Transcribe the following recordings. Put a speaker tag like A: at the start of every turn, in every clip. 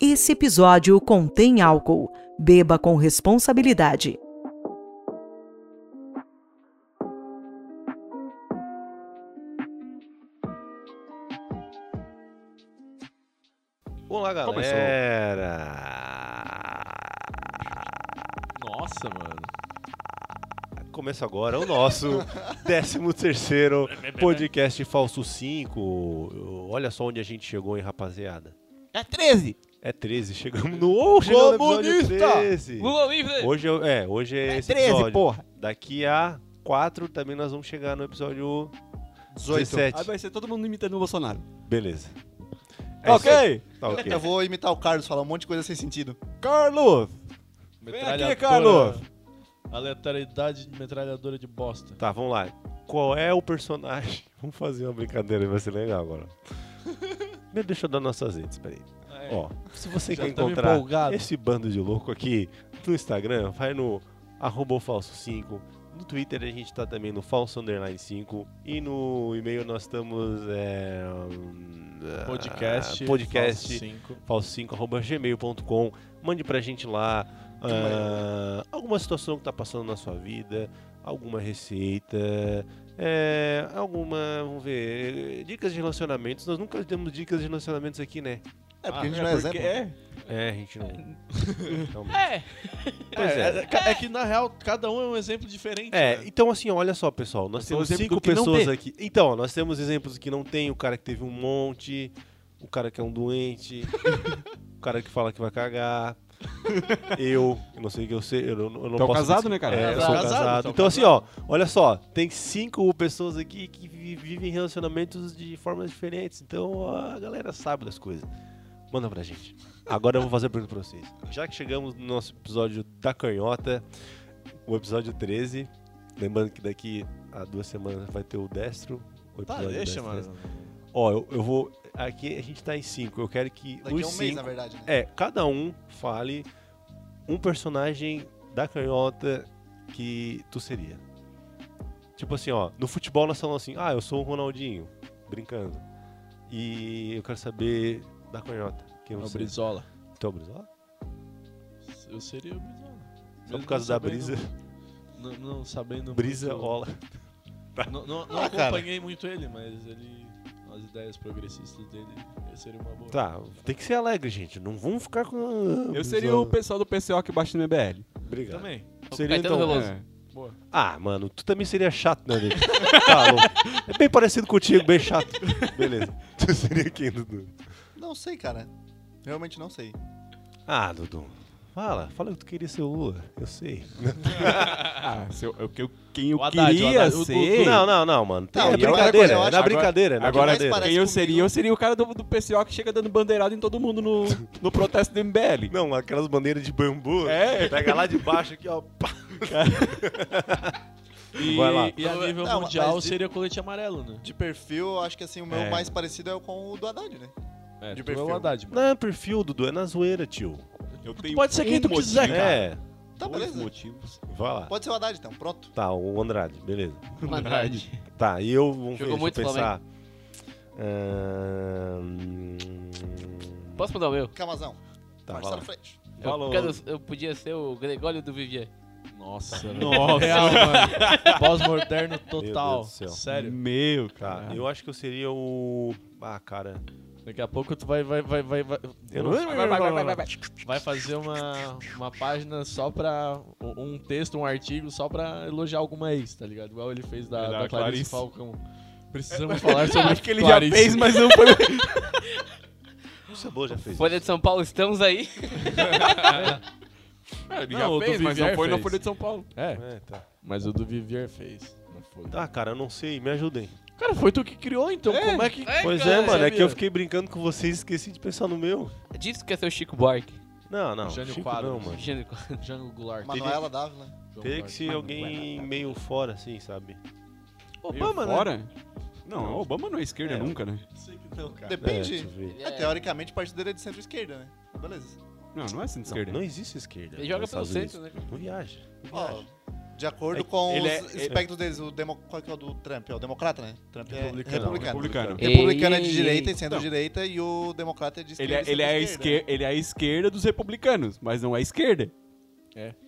A: Esse episódio contém álcool. Beba com responsabilidade.
B: Olá, galera. É,
C: Começou.
B: Nossa, mano.
C: Começa agora o nosso 13º podcast Falso 5. Olha só onde a gente chegou, hein, rapaziada.
B: É 13!
C: É 13, chegamos no... Oh, chegamos no episódio
B: Comunista!
C: 13.
B: Google Livre!
C: Hoje é, é, hoje é,
B: É
C: esse
B: 13,
C: episódio.
B: porra.
C: Daqui a 4 também nós vamos chegar no episódio 17.
D: Aí vai ser todo mundo imitando o Bolsonaro.
C: Beleza. É
D: ok!
C: isso aí. Tá ok.
D: Eu vou imitar o Carlos, falar um monte de coisa sem sentido. Carlos!
B: Metralhadora-
D: aqui, Carlos.
B: Aleatoriedade de metralhadora de bosta.
C: Tá, vamos lá. Qual é o personagem? Vamos fazer uma brincadeira, vai ser legal agora. Primeiro deixa eu dar nossas redes, peraí. Ó, se você
B: É. Já
C: quer
B: tô
C: encontrar
B: empolgado.
C: esse bando de louco aqui no Instagram, vai no arroba o falso 5. No Twitter a gente tá também no falso underline 5. E no e-mail nós estamos... É, hum, ah,
B: Podcast.
C: podcast
B: Falso
C: falso5.gmail.com. Mande pra gente lá ah, alguma situação que tá passando na sua vida, alguma receita, é, alguma, vamos ver, eh, dicas de relacionamentos. Nós nunca demos dicas de relacionamentos aqui, né?
D: É porque a gente
B: é
D: não é
B: porque
D: exemplo.
B: é.
C: É, a gente não. Então,
B: É.
C: Pois é.
B: ca- é que na real cada um é um exemplo diferente.
C: É,
B: né?
C: então assim, olha só, pessoal, nós
B: Então,
C: temos
B: exemplo
C: cinco
B: do que não
C: pessoas
B: tem.
C: aqui. Então, nós temos exemplos que não tem, o cara que teve um monte, o cara que é um doente, o cara que fala que vai cagar, eu, eu não sei o que eu sei, eu não, eu não
D: Tá
C: posso...
D: casado, né, cara?
C: É, eu
B: Casado,
C: sou
B: casado,
C: casado.
B: tá
C: Então assim, ó,
B: casado.
C: olha só, tem cinco pessoas aqui que vi- vivem relacionamentos de formas diferentes, então a galera sabe das coisas. Manda pra gente. Agora eu vou fazer a pergunta pra vocês. Já que chegamos no nosso episódio da canhota, o episódio 13, lembrando que daqui a duas semanas vai ter o Destro. O
B: Tá,
C: episódio
B: deixa,
C: Destro.
B: mano.
C: Ó, eu, eu vou. Aqui a gente tá em cinco. Eu quero que
D: Daqui
C: os
D: a um mês,
C: cinco.
D: na verdade, né?
C: É, cada um fale um personagem da canhota que tu seria. Tipo assim, ó, no futebol nós falamos assim, ah, eu sou o Ronaldinho, brincando. E eu quero saber da canhota. Quem
B: É o
C: você
B: Brizola.
C: Tu é o Brizola?
B: Eu seria o Brizola.
C: Só por
B: Mesmo
C: causa da
B: sabendo-
C: brisa.
B: Não, não sabendo.
C: Brisa,
B: muito-
C: ola.
B: Não, não- não
D: Ah, cara.
B: acompanhei muito ele, mas ele. As ideias progressistas dele seria uma boa.
C: Tá, tem que ser alegre, gente. Não vamos ficar com. ah,
D: Eu seria o pessoal do PCO que baixa no MBL.
C: Obrigado.
B: Também.
C: Seria então.
D: É.
B: Boa.
C: Ah, mano, tu também seria chato, né, Nick? tá louco. É bem parecido contigo, bem chato. Beleza. Tu seria quem, Dudu?
D: Não sei, cara. Realmente não sei.
C: Ah, Dudu. Fala, fala que tu queria ser o Lula. Eu sei.
D: Ah, se eu, quem eu
B: O Haddad, o queria Haddad, o- o- ser- Ei.
C: Não, não, não, mano.
D: Tá,
C: é
D: o Dudu-
C: brincadeira,
D: eu
C: é
D: acho-
C: na brincadeira, é na
D: Agora,
C: brincadeira.
D: quem eu seria? Eu seria o cara do, do PCO que chega dando bandeirada em todo mundo no, no protesto do MBL.
C: Não, aquelas bandeiras de bambu.
D: É.
C: Pega lá de baixo aqui, ó. pá.
B: E,
C: Vai lá.
B: e a nível
D: Não,
B: mundial
D: mas de-
B: seria colete amarelo, né?
D: De perfil, eu acho que assim, o meu
C: É.
D: mais parecido é o com o do Haddad, né?
B: É,
D: De
B: tu é o
D: perfil.
B: Haddad, mano.
C: Não, é perfil, Dudu, é na zoeira, tio.
D: Eu
B: Tu pode ser quem tu quiser, cara.
C: É,
D: Tá, beleza.
C: motivos. Vai lá.
D: Pode ser o Haddad, então. Pronto.
C: Tá, o Andrade, beleza.
E: Andrade.
C: Tá, e eu vamos ver,
E: Jogou
C: deixa
E: muito
C: eu pensar.
E: Flamengo.
C: Ahn,
E: Posso mandar o meu?
D: Camazão.
C: Tá, vai
D: Marcelo
C: lá.
D: Freixo.
E: Eu, quero- eu podia ser o Gregório do Vivier.
B: Nossa,
D: Nossa.
B: Real, mano. Pós-moderno
C: Meu
B: total.
C: Deus do céu.
B: Sério.
D: Meu,
C: Tá, eu acho que eu seria o. Ah, cara.
B: Daqui a pouco tu vai, vai, vai, vai, vai,
C: Eu não- Vai,
B: vai, vai, vai, vai, vai. Vai fazer uma, uma página só pra. Um texto, um artigo só pra elogiar alguma ex, tá ligado? Igual ele fez da,
D: Verdade,
B: da Clarice,
D: Clarice.
B: Falcão. Precisamos falar sobre
D: Acho que ele
B: Clarice.
D: já fez, mas não foi.
C: Isso é boa, já fez.
E: Folha de São Paulo, estamos aí.
B: É, Ele já fez, mas não foi na Folha de
D: São Paulo.
B: É,
C: É, tá.
B: mas o do Vivier fez. Não foi.
C: Tá, cara, eu não sei, me ajudem.
B: Cara, foi tu que criou, então como é que.
C: Pois
E: cara.
C: é, mano, é que eu
B: sabia.
C: fiquei brincando com vocês e esqueci de pensar no meu.
E: Disse que ia ser o Chico Buarque.
C: Não, não.
B: Jânio
C: Chico
B: Quadros.
C: não, mano.
E: Gênero Quadros.
B: Jango Goulart.
D: Manuela Dávila.
C: Teria que ser alguém meio fora, assim, sabe?
D: Obama, né?
F: Fora? Não, Obama não é esquerda
C: É.
F: nunca, né?
C: É,
D: Depende.
C: deixa eu ver.
E: Ele,
D: É,
E: é-
D: teoricamente, o partido dele é de centro-esquerda, né? Beleza.
F: Não, não é centro
C: Não,
D: assim,
F: esquerda.
C: não existe esquerda.
E: ele joga
C: nos
E: pelo
C: Estados
E: centro, né?
C: Unidos. Não viaja.
D: Ó,
G: De acordo com
D: ele
G: os
D: é- ele-
G: espectros deles, o demo, qual que é o do Trump? É o democrata, né? Trump é
C: Republicano.
G: republicano.
D: Republicano. Então.
E: Ei,
G: Republicano é de
E: ei,
G: direita
E: ei.
G: e centro-direita e o democrata é de
D: Ele
G: esquerda.
D: é,
G: e
D: ele, é a
G: centro-esquerda.
D: esquer- ele é a esquerda dos republicanos, mas não é a esquerda.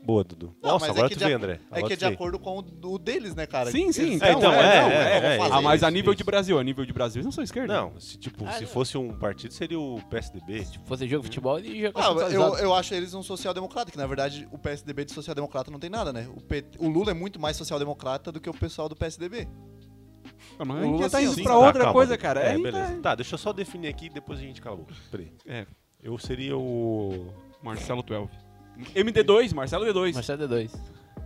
C: Boa, Dudu.
G: Não,
C: Nossa,
G: mas
C: agora
G: é que
C: tu
G: de
C: vê,
G: ac-
C: André.
G: É
C: Agora
G: que é
C: tu
G: de
C: vê.
G: acordo com o, o deles, né, cara?
D: Sim, sim,
G: Eles
D: então,
G: são,
C: é,
G: não,
C: é, é,
G: vamos
C: é,
D: Ah,
G: fazer
D: mas a
G: isso,
D: nível de
G: isso.
D: Brasil, a nível de Brasil, eles não são esquerda.
C: Não, se, tipo,
E: Ah,
C: se
E: não.
C: fosse um partido, seria o PSDB.
E: Se fosse jogo de futebol, ele joga
G: Ah, eu,
E: centralizado.
G: eu acho eles um social-democrata, que na verdade o PSDB é de social-democrata não tem nada, né? O, PT o Lula é muito mais social-democrata do que o pessoal do PSDB.
D: Ah, mas
B: O
D: a gente
B: Lula
D: já tá
B: sim,
D: indo
B: sim.
D: pra
C: Tá,
D: outra
C: calma.
D: coisa, cara.
C: É,
D: Aí
C: beleza.
D: tá-
C: Tá, deixa eu só definir aqui e depois a gente cala a boca. Peraí.
D: É.
C: Eu seria o.
D: Marcelo 12. MD2, Marcelo D2.
E: Marcelo é dois.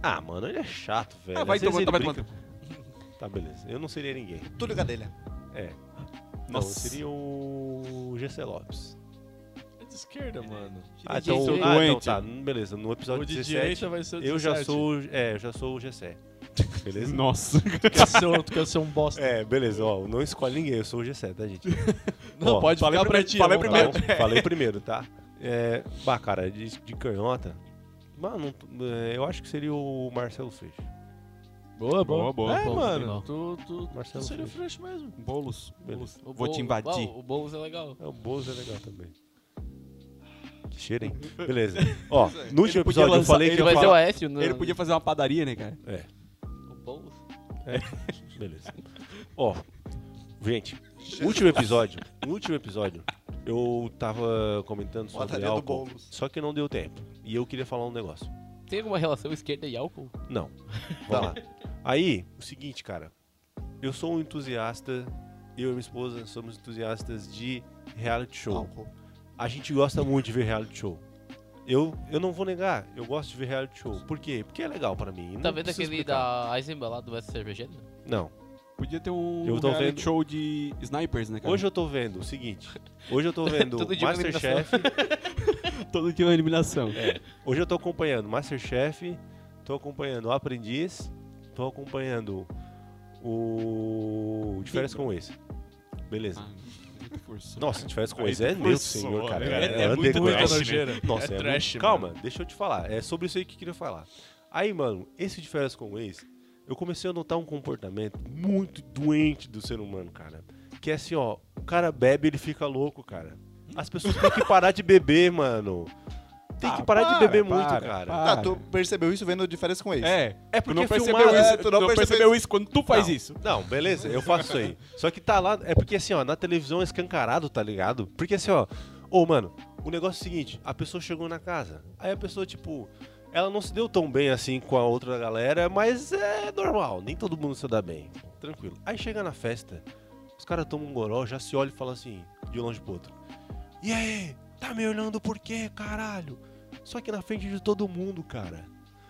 C: Ah, mano, ele é chato, velho.
D: Ah, vai
C: Às vezes
D: tomar-
C: ele
D: vai
C: brinca- Tá, beleza. Eu não seria ninguém.
G: Túlio Gadelha.
C: É. Não, eu
D: Nossa.
C: seria o GC Lopes.
B: É de esquerda, mano.
C: Ah, então,
D: sou
C: ah, então
D: doente.
C: tá, beleza. No episódio
B: O de
C: 17,
B: direita vai ser o
C: eu já
B: 17.
C: sou, o- é, eu já sou o GC. Beleza?
D: Nossa.
B: Tu quer ser um- tu quer ser um bosta.
C: É, beleza, ó, não escolhe ninguém, eu sou o G7, tá, gente?
B: Não,
C: Ó,
B: pode
D: falei
B: ficar pra
D: primeiro-
B: ti.
D: falei
B: é bom,
D: primeiro.
B: tá
C: Então, falei primeiro, tá? É, bah, cara, de, de canhota, mano, não- é, eu acho que seria o Marcelo Freixo.
B: bom. Boa, boa,
D: Boa, boa.
B: É,
E: Bom,
B: mano.
E: legal.
B: Tu, tu, tu
C: Marcelo
B: seria
C: Freixo.
B: fresco mesmo.
D: Bolos. Bolos.
E: O
D: Vou
E: Boulos-
D: te invadir.
E: Uau, O Boulos é legal.
C: É, o Bozo é legal também. Que cheiro, hein? Beleza. Ó, no último
D: Ele podia
C: episódio eu
D: lançar-
C: falei
D: ele
C: que eu
E: vai
C: ia
E: ser o
C: falar...
E: Aécio. No...
D: Ele podia fazer uma padaria, né, cara?
C: É,
E: O Boulos.
C: beleza. Ó, gente, no último episódio, no último episódio, eu tava comentando sobre
G: Padaria do
C: álcool,
G: Boulos.
C: só que não deu tempo. E eu queria falar um negócio.
E: Tem alguma relação esquerda e álcool?
C: Não. Vamos lá. Aí, o seguinte, cara. Eu sou um entusiasta, eu e minha esposa somos entusiastas de reality show.
G: Álcool.
C: A gente gosta muito de ver reality show. Eu, eu não vou negar, eu gosto de ver reality show. Por quê? Porque é legal pra mim. não
E: Tá vendo
C: precisa
E: aquele
C: explicar.
E: da Eisenbach lá do West Cervejeiro?
C: Não.
D: Podia ter um
C: Eu tô
D: reality
C: vendo-
D: show de snipers, né, cara?
C: Hoje eu tô vendo o seguinte. Hoje eu tô vendo
E: Todo dia uma
C: Masterchef.
D: todo dia é uma eliminação.
C: Hoje eu tô acompanhando Masterchef, tô acompanhando o Aprendiz, tô acompanhando o. De férias com esse.
D: Ah,
C: Beleza. Nossa, se tivesse com
D: Aí
C: esse é
D: tu
C: meu
D: forçou,
C: senhor, cara.
D: né?
B: É- é muito
C: underground.
B: muita nojeira.
C: Nossa,
B: É
C: é,
B: trash,
C: muito... Calma, deixa eu te falar. É sobre isso aí que eu queria falar. Aí, mano, esse de férias com o ex, eu comecei a notar um comportamento muito doente do ser humano, cara. Que é assim, ó, o cara bebe, ele fica louco, cara. As pessoas têm que parar de beber, mano. Tem que
D: Ah,
C: parar de
D: para,
C: beber
D: para,
C: muito, cara.
D: para.
G: Tá, tu percebeu isso vendo de férias com eles.
D: É,
C: É
D: tu
C: porque
D: não percebeu
C: filmaram-
D: isso.
G: é,
D: tu não, percebeu isso quando tu faz
C: Não.
D: isso.
C: Não, beleza, eu faço isso aí. Só que tá lá, é porque assim, ó, na televisão é escancarado, tá ligado? Porque assim, ó, ô, mano, o negócio é o seguinte, a pessoa chegou na casa, aí a pessoa, tipo, ela não se deu tão bem assim com a outra galera, mas é normal, nem todo mundo se dá bem, tranquilo. Aí chega na festa, os caras tomam um goró, já se olham e falam assim, de longe pro outro, e aí, tá me olhando por quê, caralho? Só que na frente de todo mundo, cara.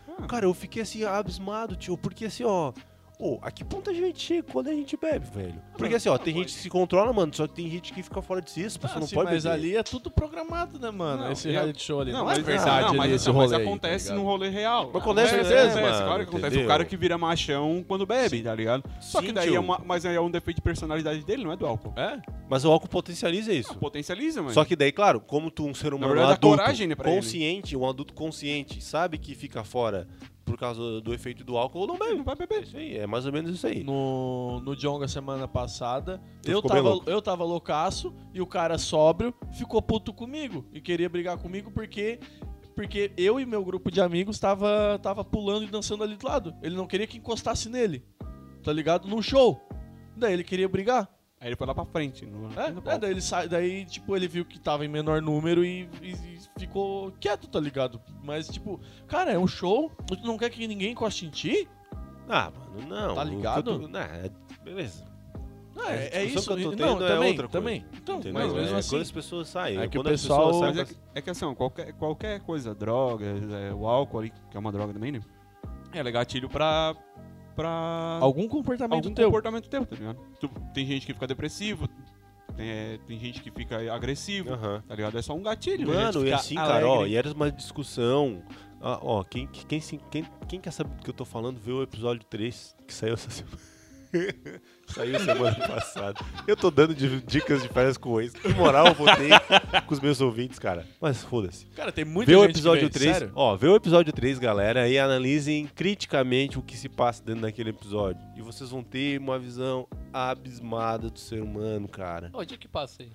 D: Hum.
C: Cara, eu fiquei assim, abismado, tio, porque assim, ó. Ô, a que ponto a gente chega quando a gente bebe, velho? Porque assim, ó, tem gente que se controla, mano, só que tem gente que fica fora de si, você
B: Ah,
C: não
B: sim,
C: pode
B: mas
C: beber.
B: ali é tudo programado, né, mano?
D: Não,
B: esse
D: e é-
B: reality show ali. Não, é
D: mas-
B: verdade
D: não, mas,
B: ali, esse
D: não, mas
B: rolê aí, tá
D: acontece
B: ligado?
D: no rolê real.
C: Mas acontece mesmo, mano,
D: claro que acontece.
C: entendeu?
D: O cara que vira machão quando bebe, tá ligado? Só que
C: Sim,
D: daí
C: tio.
D: é, uma, mas aí é um defeito de personalidade dele, não é do álcool.
B: É?
C: Mas o álcool potencializa
D: Ah,
C: isso.
D: Potencializa, mano.
C: Só que daí, claro, como tu um ser humano
D: verdade, dá
C: adulto,
D: coragem, né, pra ele.
C: consciente, um adulto consciente, sabe que fica fora por causa do efeito do álcool, não bebe.
D: não vai
C: É
D: beber.
C: isso aí, é mais ou menos isso aí.
B: No, no Jonga semana passada,
C: Tu
B: eu
C: ficou bem
B: tava,
C: louco.
B: eu tava loucaço e o cara sóbrio ficou puto comigo e queria brigar comigo porque porque eu e meu grupo de amigos tava, tava pulando e dançando ali do lado. Ele não queria que encostasse nele, tá ligado? Num show. Daí ele queria brigar.
D: Aí ele foi lá pra frente. No, no
B: É, é,
D: palco.
B: daí ele sai, daí, tipo, ele viu que tava em menor número e, e- e ficou quieto, tá ligado? Mas, tipo, cara, é um show, tu não quer que ninguém encoste em ti?
C: Ah, mano, não.
B: Tá
C: o que
B: ligado?
C: eu tô- Não, é- beleza.
B: Ah, é, é
C: A discussão
B: isso,
C: que eu tô
B: não,
C: tendo é
B: também,
C: outra coisa,
B: também. Então,
C: Entendeu?
B: mas mesmo
C: É,
B: assim,
C: Quando as pessoas saem,
B: É que o
C: quando as
B: pessoal-
C: pessoas saem
D: Mas
C: com
D: é, que- é que assim, ó, qualquer, qualquer coisa, drogas, é, o álcool ali, que é uma droga também, né? Ela é gatilho pra. pra.
B: algum comportamento
D: algum
B: teu.
D: comportamento teu, tá ligado? Tu- tem gente que fica depressivo, tem, é, tem gente que fica agressivo,
C: Aham.
D: tá ligado? É só um gatilho. né?
C: Mano, e
D: Fica
C: assim,
D: alegre.
C: cara, ó, e era uma discussão. Ah, ó, quem, quem, se- quem, quem quer saber do que eu tô falando, vê o episódio 3 que saiu essa semana. Saiu semana passada. Eu tô dando de- dicas de férias com o ex. Que moral eu vou ter com os meus ouvintes, cara. Mas foda-se.
B: Cara, tem muita
C: Vê o
B: gente que vê,
C: episódio 3.
B: sério.
C: Ó, vê o episódio 3, galera, e analisem criticamente o que se passa dentro daquele episódio. E vocês vão ter uma visão abismada do ser humano, cara.
E: Onde é que passa aí?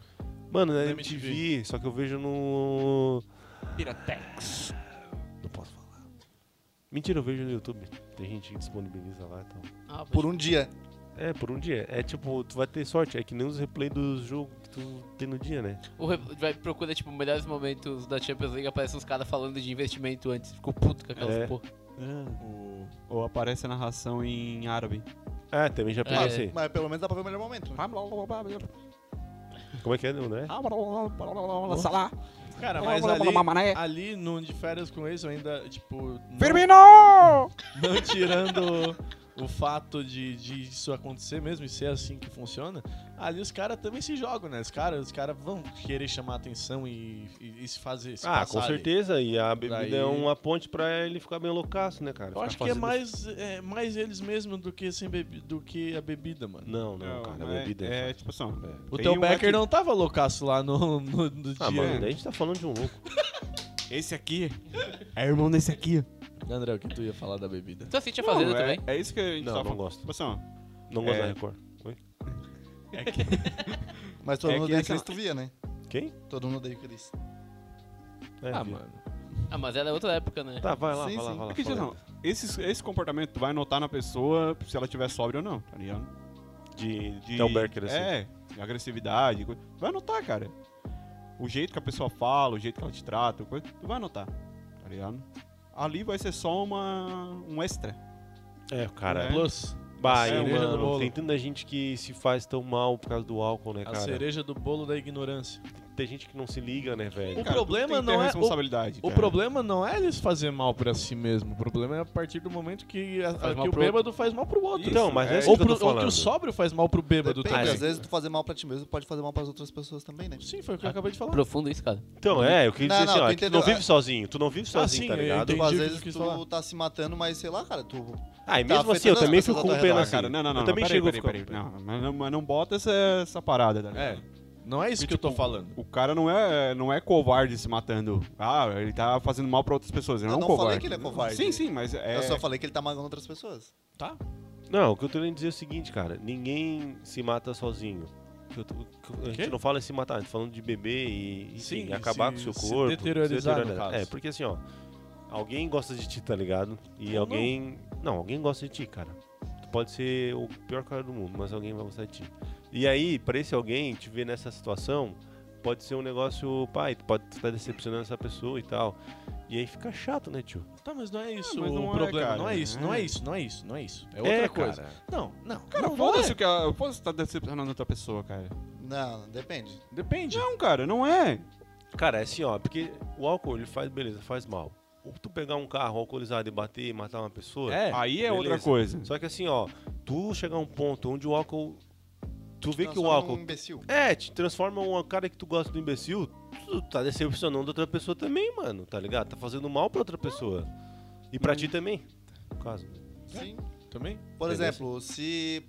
C: Mano, na
B: Na
C: MTV,
B: MTV.
C: só que eu vejo no.
B: Piratex.
C: Não posso falar. Mentira, eu vejo no YouTube. Tem gente que disponibiliza lá e tal.
E: Ah, pode-
G: Por um dia.
C: É, por um dia. É tipo, tu vai ter sorte. É que nem os replays do jogo que tu tem no dia, né?
E: o re- vai procura, tipo, melhores momentos da Champions League, aparecem uns caras falando de investimento antes. Ficou puto com aquelas
C: É.
E: porra.
D: Ou aparece a narração em árabe.
C: Ah, também já peguei
E: É.
C: esse aí.
G: Mas pelo menos dá pra ver o melhor momento.
C: Tá
G: né?
C: Como é que é, não, né?
B: Cara, mas Tá ali, ali no de férias com eles eu ainda, tipo. não- Não tirando o fato de, de isso acontecer mesmo e ser assim que funciona, ali os caras também se jogam, né? Os caras os cara vão querer chamar atenção e, e- e se fazer. Se
C: Ah,
B: passar
C: com
B: ali.
C: certeza. E a bebida
B: Daí-
C: é uma ponte pra ele ficar bem loucaço, né, cara?
B: Eu
C: Ficar
B: acho que é
C: fazendo-
B: mais, é mais eles mesmos do que, sem bebi- do que a bebida, mano.
C: Não, não, cara. a
D: é,
C: bebida é.
D: é, tipo assim.
B: O teu Becker não tava loucaço lá no, no, no
C: Ah,
B: dia.
C: mano, daí a gente tá falando de um louco.
D: Esse aqui é irmão desse aqui.
B: André, o que tu ia falar da bebida?
E: Tu assiste a Então, assim, Fazenda
D: Não, é,
E: também?
D: é isso que a gente
C: Não,
D: tava
C: não
D: falando.
C: gosto.
D: Tipo assim, ó.
C: Não gosto
D: É.
C: da Record. Oi?
G: Mas todo
D: É
G: mundo
D: que
G: odeia
D: assim,
G: Cris,
D: ó.
G: tu via, né?
C: Quem?
G: Todo mundo odeia Cris.
C: É,
B: Ah,
C: vi.
B: mano.
E: Ah, mas era outra época, né?
C: Tá, vai lá,
G: Sim,
C: vai lá,
G: sim.
C: vai lá.
D: Porque, tipo
C: fala
D: assim, ó, esse, esse comportamento tu vai notar na pessoa se ela tiver sóbria ou não, tá ligado?
C: aí. De, de... Tel Becker, assim.
D: É, de agressividade. coisa. Tu vai notar, cara. O jeito que a pessoa fala, o jeito que ela te trata, coisa, tu vai notar, tá ligado? Ali vai ser só uma, um extra.
C: É, cara.
D: É.
B: Plus,
C: Bah,
B: A
C: e,
B: cereja do
C: mano,
B: bolo.
C: tem tanta gente que se faz tão mal por causa do álcool, né,
B: a
C: cara?
B: cereja do bolo da ignorância.
C: Tem gente que não se liga, né, velho?
B: O
D: Cara, tu
B: problema
D: tem que ter
B: não é- o-
D: responsabilidade.
B: O
D: cara.
B: problema não é eles fazer mal pra si mesmo. O problema é a partir do momento que, a-
E: Faz
B: que
E: mal
B: o
E: pro
B: bêbado faz mal pro outro.
C: Então, mas é,
D: é.
C: isso
B: ou,
C: que eu
B: pro-
C: tô
B: ou que
C: falando.
B: o sóbrio faz mal pro bêbado
G: Depende,
B: também.
G: às vezes tu fazer mal pra ti mesmo pode fazer mal pras outras pessoas também, né?
B: Sim, foi o que eu acabei de falar.
E: Profundo isso, cara.
C: Então, é, eu queria
G: Não,
C: dizer
G: não,
C: assim, ó,
G: tu
C: é que tu
G: entendeu?
C: não vive
G: Ah,
C: sozinho, tu não vive sozinho,
B: sim,
C: tá
B: eu
C: ligado?
B: entendi.
G: Tu,
B: o
G: às
B: que
G: vezes
B: tu quis
G: tu
B: falar.
G: tá se matando, mas sei lá, cara, tu
C: Ah, e mesmo
G: Tá
C: assim, eu
G: afetando
C: também
G: as
C: fico
G: pessoas
C: com
G: ao
B: é
C: pena
G: redor,
C: assim.
D: Cara, não, não, não.
C: Eu também
D: mas
C: chego a
D: peraí,
C: ficar
D: peraí,
C: com
D: peraí.
C: pena.
D: Não, mas não, mas não bota essa, essa parada, tá ligado?
B: É, não é isso que,
D: Porque,
B: eu tô
D: tipo,
B: falando.
D: O cara não é, não é covarde se matando. Ah, ele tá fazendo mal pra outras pessoas. Ele
G: Eu
D: não, é
G: não
D: um
G: falei
D: covarde.
G: que ele é covarde.
D: Sim, sim, mas é.
G: Eu só falei que ele tá magoando outras pessoas.
C: Não, o que eu tô querendo dizer é o seguinte, cara. Ninguém se mata sozinho. O que eu tô- o que eu- a gente
B: Quê?
C: não fala em se matar, a gente tá falando de beber e enfim,
B: Sim,
C: acabar
B: se-
C: com o seu
B: se
C: corpo.
B: deteriorizar, no caso.
C: É, porque assim, ó. Alguém gosta de ti, tá ligado? E
B: Ou
C: alguém. Não. alguém gosta de ti, cara. Tu pode ser o pior cara do mundo, mas alguém vai gostar de ti. E aí, pra esse alguém te ver nessa situação, pode ser um negócio. Pai, tu pode estar decepcionando essa pessoa e tal. E aí fica chato, né, tio?
B: Tá, mas não é isso
D: mas
B: o
D: não é,
B: problema.
D: cara,
B: não é isso, não é
D: é.
B: isso, não é isso, não é isso. É outra coisa.
C: Cara.
B: Não, não.
D: Cara,
B: não, não
D: foda-se
B: é.
D: o que ela. Foda-se tá decepcionando outra pessoa, cara.
G: Não, depende.
B: Depende.
D: Não, cara, não é.
C: Cara, é assim, ó, porque o álcool, ele faz, beleza, faz mal. Ou tu pegar um carro alcoolizado e bater e matar uma pessoa.
B: É.
D: Aí é
C: beleza.
D: outra coisa.
C: Só que assim, ó, tu chegar a um ponto onde o álcool. Tu vê que o
G: Transforma
C: álcool.
G: Um imbecil.
C: É, te transforma um cara que tu gosta do imbecil, tu tá decepcionando outra pessoa também, mano, tá ligado? Tá fazendo mal pra outra pessoa. E pra ti também. No caso.
G: Sim.
B: Também?
G: Por
C: Beleza.
G: exemplo, se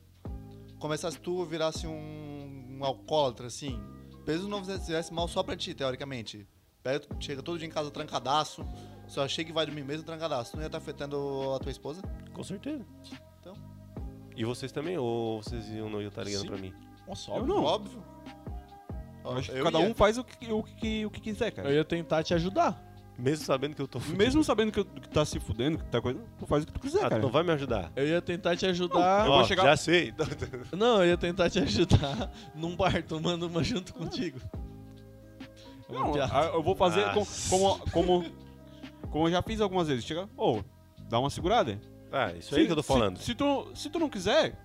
G: começasse tu virasse um, um alcoólatra, assim, mesmo não fizesse fizesse mal só pra ti, teoricamente. Pega- Chega todo dia em casa trancadaço, só chega e vai dormir mesmo trancadaço. Tu não ia estar afetando a tua esposa?
C: Com certeza.
G: Então.
C: E vocês também? Ou vocês iam não iam tá ligando
B: Sim.
C: pra mim?
B: Nossa,
D: Eu
B: óbvio.
D: não.
G: Óbvio.
D: Eu acho que
G: Eu
D: cada
G: ia.
D: um faz o que, o, que, o que quiser,
B: Eu
D: cara.
B: ia tentar te ajudar.
C: Mesmo sabendo que eu tô fudido.
D: Mesmo sabendo que, que tá se fudendo, que tá coisa, tu faz o que tu quiser,
C: Ah, tu
D: cara.
C: não vai me ajudar.
B: Eu ia tentar te ajudar.
C: Ó,
D: vou chegar-
C: Já sei.
B: Não, eu ia tentar te ajudar num bar tomando uma junto contigo. É uma
D: Não,
B: piada.
D: a- eu vou fazer com-
C: Nossa.
D: como, como, como eu já fiz algumas vezes. Chega, ô, dá uma segurada.
C: Ah, isso aí que eu tô
D: Se-
C: falando.
D: Se, se tu, se tu não quiser,
C: É,